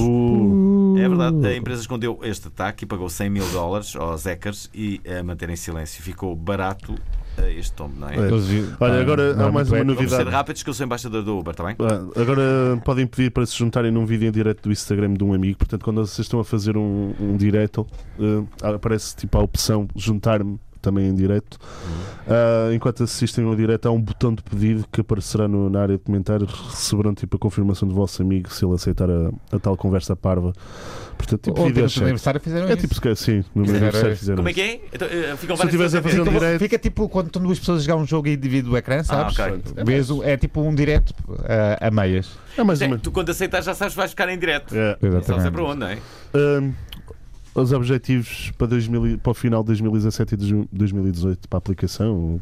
É verdade, a empresa escondeu este ataque e pagou 100 mil dólares aos hackers e a manter em silêncio. Ficou barato eh, este tombo, não é?
É.
Eles vi-
Olha,
Ah,
agora
não
há
é
mais
muito
uma
ético.
Vamos ser
novidade.
rápidos que eu sou embaixador da Uber, está bem?
Ah, Agora podem pedir para se juntarem num vídeo em direto do Instagram de um amigo. Portanto, quando vocês estão a fazer um, um direto, ah, aparece tipo a opção juntar-me também em direto. Ah, enquanto assistem ao direto, há um botão de pedido que aparecerá no- na área de comentários. Receberão tipo a confirmação do vosso amigo se ele aceitar a, a tal conversa parva. Portanto, tipo,
Ontem
vídeo
no
ao
teu
chat.
aniversário fizeram
É
isso.
tipo, se calhar, sim, no meu
Fizeram-
aniversário fizeram
Como é
isso.
que é? Então, eh, ficam
Se eu
várias
estivesse a fazer um
coisas.
direto.
Fica tipo quando estão duas pessoas a jogar um jogo e divido o ecrã, sabes?
Ah, ok.
Vês o- é tipo um direto ah, a meias.
É mais
Sim,
uma.
tu quando aceitas já sabes que vais ficar em direto.
É.
Sabes é para onde, não é?
Hum, os objetivos para, 2000 e- para o final de 2017 e de 2018 para a aplicação?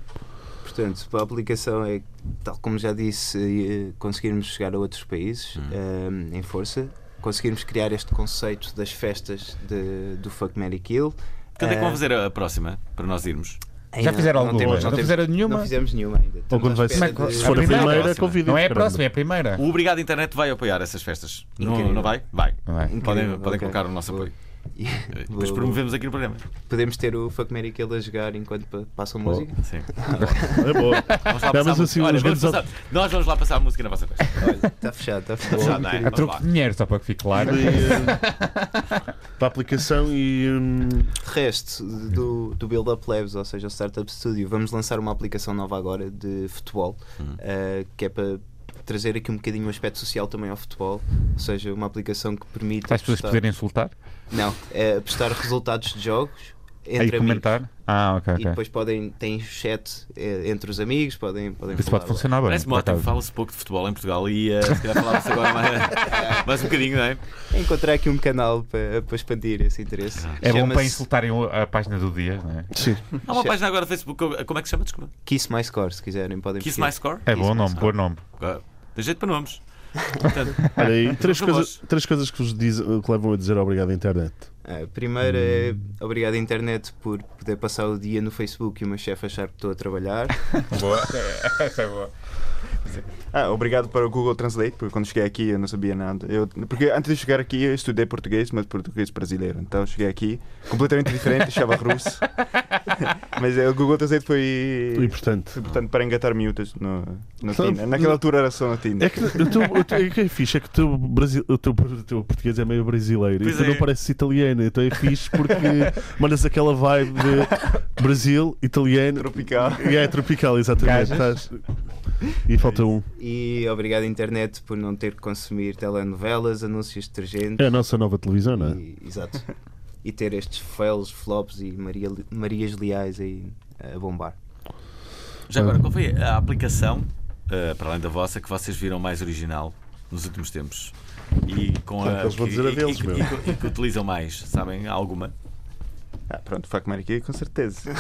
Portanto, para a aplicação é, tal como já disse, eh, conseguirmos chegar a outros países
Hum.
eh, em força, conseguirmos criar este conceito das festas de- do Fuck Mary Kill.
Quando é que
Eh,
vão fazer a a próxima para nós irmos?
Já fizeram
não
alguma?
temos-
não
temos-
fizeram nenhuma?
Não fizemos nenhuma ainda.
Ou quando
à
vai
espera
ser-
é
de-
se for a
primeira,
primeira,
próxima.
convidem.
Não é a
caramba.
próxima, é a primeira.
O Obrigado Internet vai apoiar essas festas. Não,
Incrível.
não vai? Vai.
Vai.
Podem,
Incrível,
podem
ok.
colocar o nosso apoio. Depois
Vou-
promovemos aqui no programa.
Podemos ter o Fuck Mary Kill a jogar enquanto pa- passam música.
Sim.
É boa.
Vamos lá
Não,
passar
mas
a
assim,
música. Olha,
os
vamos
grandes
passar- Nós vamos lá passar a música na vossa festa.
Está Tá fechado, está
Já,
fechado.
não é?
A
Vamos
troco
lá.
de dinheiro, só para que fique claro.
De, eh, para a aplicação e. hum,
De resto do, do Build Up Labs, ou seja, o Startup Studio, vamos lançar uma aplicação nova agora de futebol,
Uhum.
eh, que é para trazer aqui um bocadinho o aspecto social também ao futebol, ou seja, uma aplicação que permite
Para as pessoas
apostar-
poderem insultar
não, é apostar resultados de jogos
e
entre amigos.
comentar. Ah, ok,
E
ok.
depois podem, têm chat eh, entre os amigos, podem, podem
Isso
falar
pode funcionar bem.
Parece-me
por
ótimo,
acaso.
fala-se pouco de futebol em Portugal e eh, se calhar falava-se agora mais, mais um bocadinho, não é?
Encontrar aqui um canal para, para expandir esse interesse.
É bom
Chama-se
para insultarem o- a página do dia, não é?
Sim.
Há uma página agora do Facebook, como é que se chama? Desculpa.
Kiss My Score, se quiserem, podem
Kiss
pesquisar.
My Score?
É bom nome, bom nome.
Ok. Tem jeito para nomes. Portanto,
Olha aí, três,
São
coisas, três coisas que vos diz- que levam a dizer obrigado à internet.
A primeira é obrigado à internet por poder passar o dia no Facebook e o meu chefe achar que estou a trabalhar.
Boa, essa é boa.
Ah, obrigado para o Google Translate, porque quando cheguei aqui eu não sabia nada. Eu, porque antes de chegar aqui eu estudei português, mas português brasileiro. Então eu cheguei aqui completamente diferente, achava russo. mas eh, o Google Translate foi
Importante.
portanto, para engatar miúdas no, no
Sabe-
Tinder. Naquela altura era só no Tinder.
É que o teu, o teu- é que é fixe, é que o teu, brasi- o teu, o teu português é meio brasileiro,
Pois
então
é.
não parece italiano, então é fixe porque mandas aquela vibe de Brasil, italiano
Tropical.
e é tropical, exatamente. Estás- E falta um.
E obrigado à internet por não ter que consumir telenovelas, anúncios de detergente.
É a nossa nova televisão, não é?
E, exato. E ter estes fails, flops e Maria, Marias Leais aí a bombar.
já agora, qual foi a aplicação, eh, para além da vossa, que vocês viram mais original nos últimos tempos? E com
Portanto,
a,
eles vão dizer a
e- e-
deles,
e-
meu.
e- e- e que utilizam mais, sabem? Alguma?
Ah, pronto, Fuck Mary Kill, com certeza.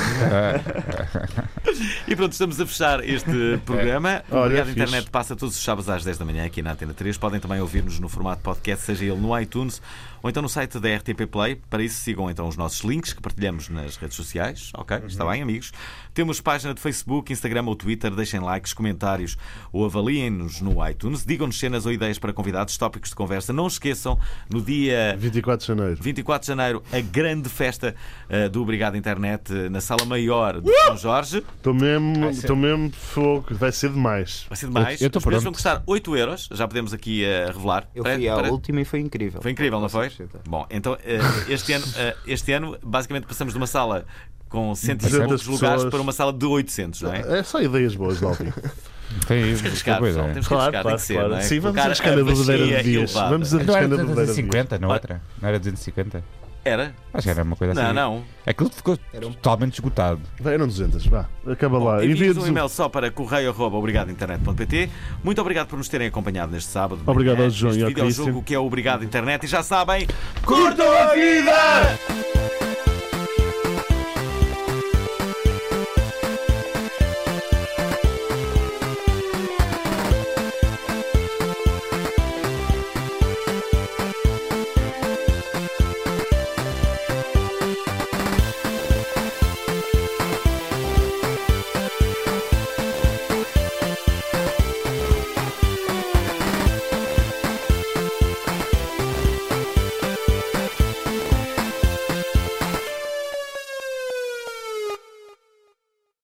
E pronto, estamos a fechar este programa.
Olha,
Obrigado,
fixe.
internet. Passa todos os sábados às 10 da manhã aqui na Antena 3. Podem também ouvir-nos no formato podcast, seja ele no iTunes ou então no site da RTP Play. Para isso, sigam então os nossos links que partilhamos nas redes sociais. Ok?
Uhum.
Está bem, amigos? Temos página de Facebook, Instagram ou Twitter. Deixem likes, comentários ou avaliem-nos no iTunes. Digam-nos cenas ou ideias para convidados, tópicos de conversa. Não esqueçam, no dia
24 de janeiro.
24 de janeiro, a grande festa eh, do Obrigado Internet eh, na Sala Maior de
Uh!
São Jorge.
Estou mesmo, estou mesmo fogo, vai ser demais.
Vai ser demais.
Eu- eu tô
Os preços
pronto.
vão custar 8 euros, já podemos aqui eh, revelar.
Eu
Parece-
fui à
parece-
última e foi incrível.
Foi incrível, não
Posso
foi?
acrescentar.
Bom, então eh, este, ano, eh, este ano, basicamente, passamos de uma sala com 100 e
200
poucos lugares
pessoas.
para uma sala de 800, não é?
É só ideias boas, Dalton.
Tem
Temos que
muita
arriscar,
coisa. é.
pessoal, temos que
Claro,
arriscar, tem
claro,
que ser,
claro.
não é?
Sim, vamos
Colocar
arriscar na verdadeira
bacia
de dias.
elevada.
Vamos
Não
arriscar
era
na verdadeira de dias.
250 na outra? Não era 250?
Era?
Acho que era uma coisa
Não,
assim.
não.
Aquilo ficou
um-
totalmente esgotado.
Vai, Eram 200, vá. Acaba lá.
Enviem-nos um
Envia-nos um-
e-mail só para correio.obrigadointernet.pt. Muito obrigado por nos terem acompanhado neste sábado.
Obrigado ao
ao
João e ao
Este
Christian.
jogo que é Obrigado Internet. E já sabem,
Curtam a vida!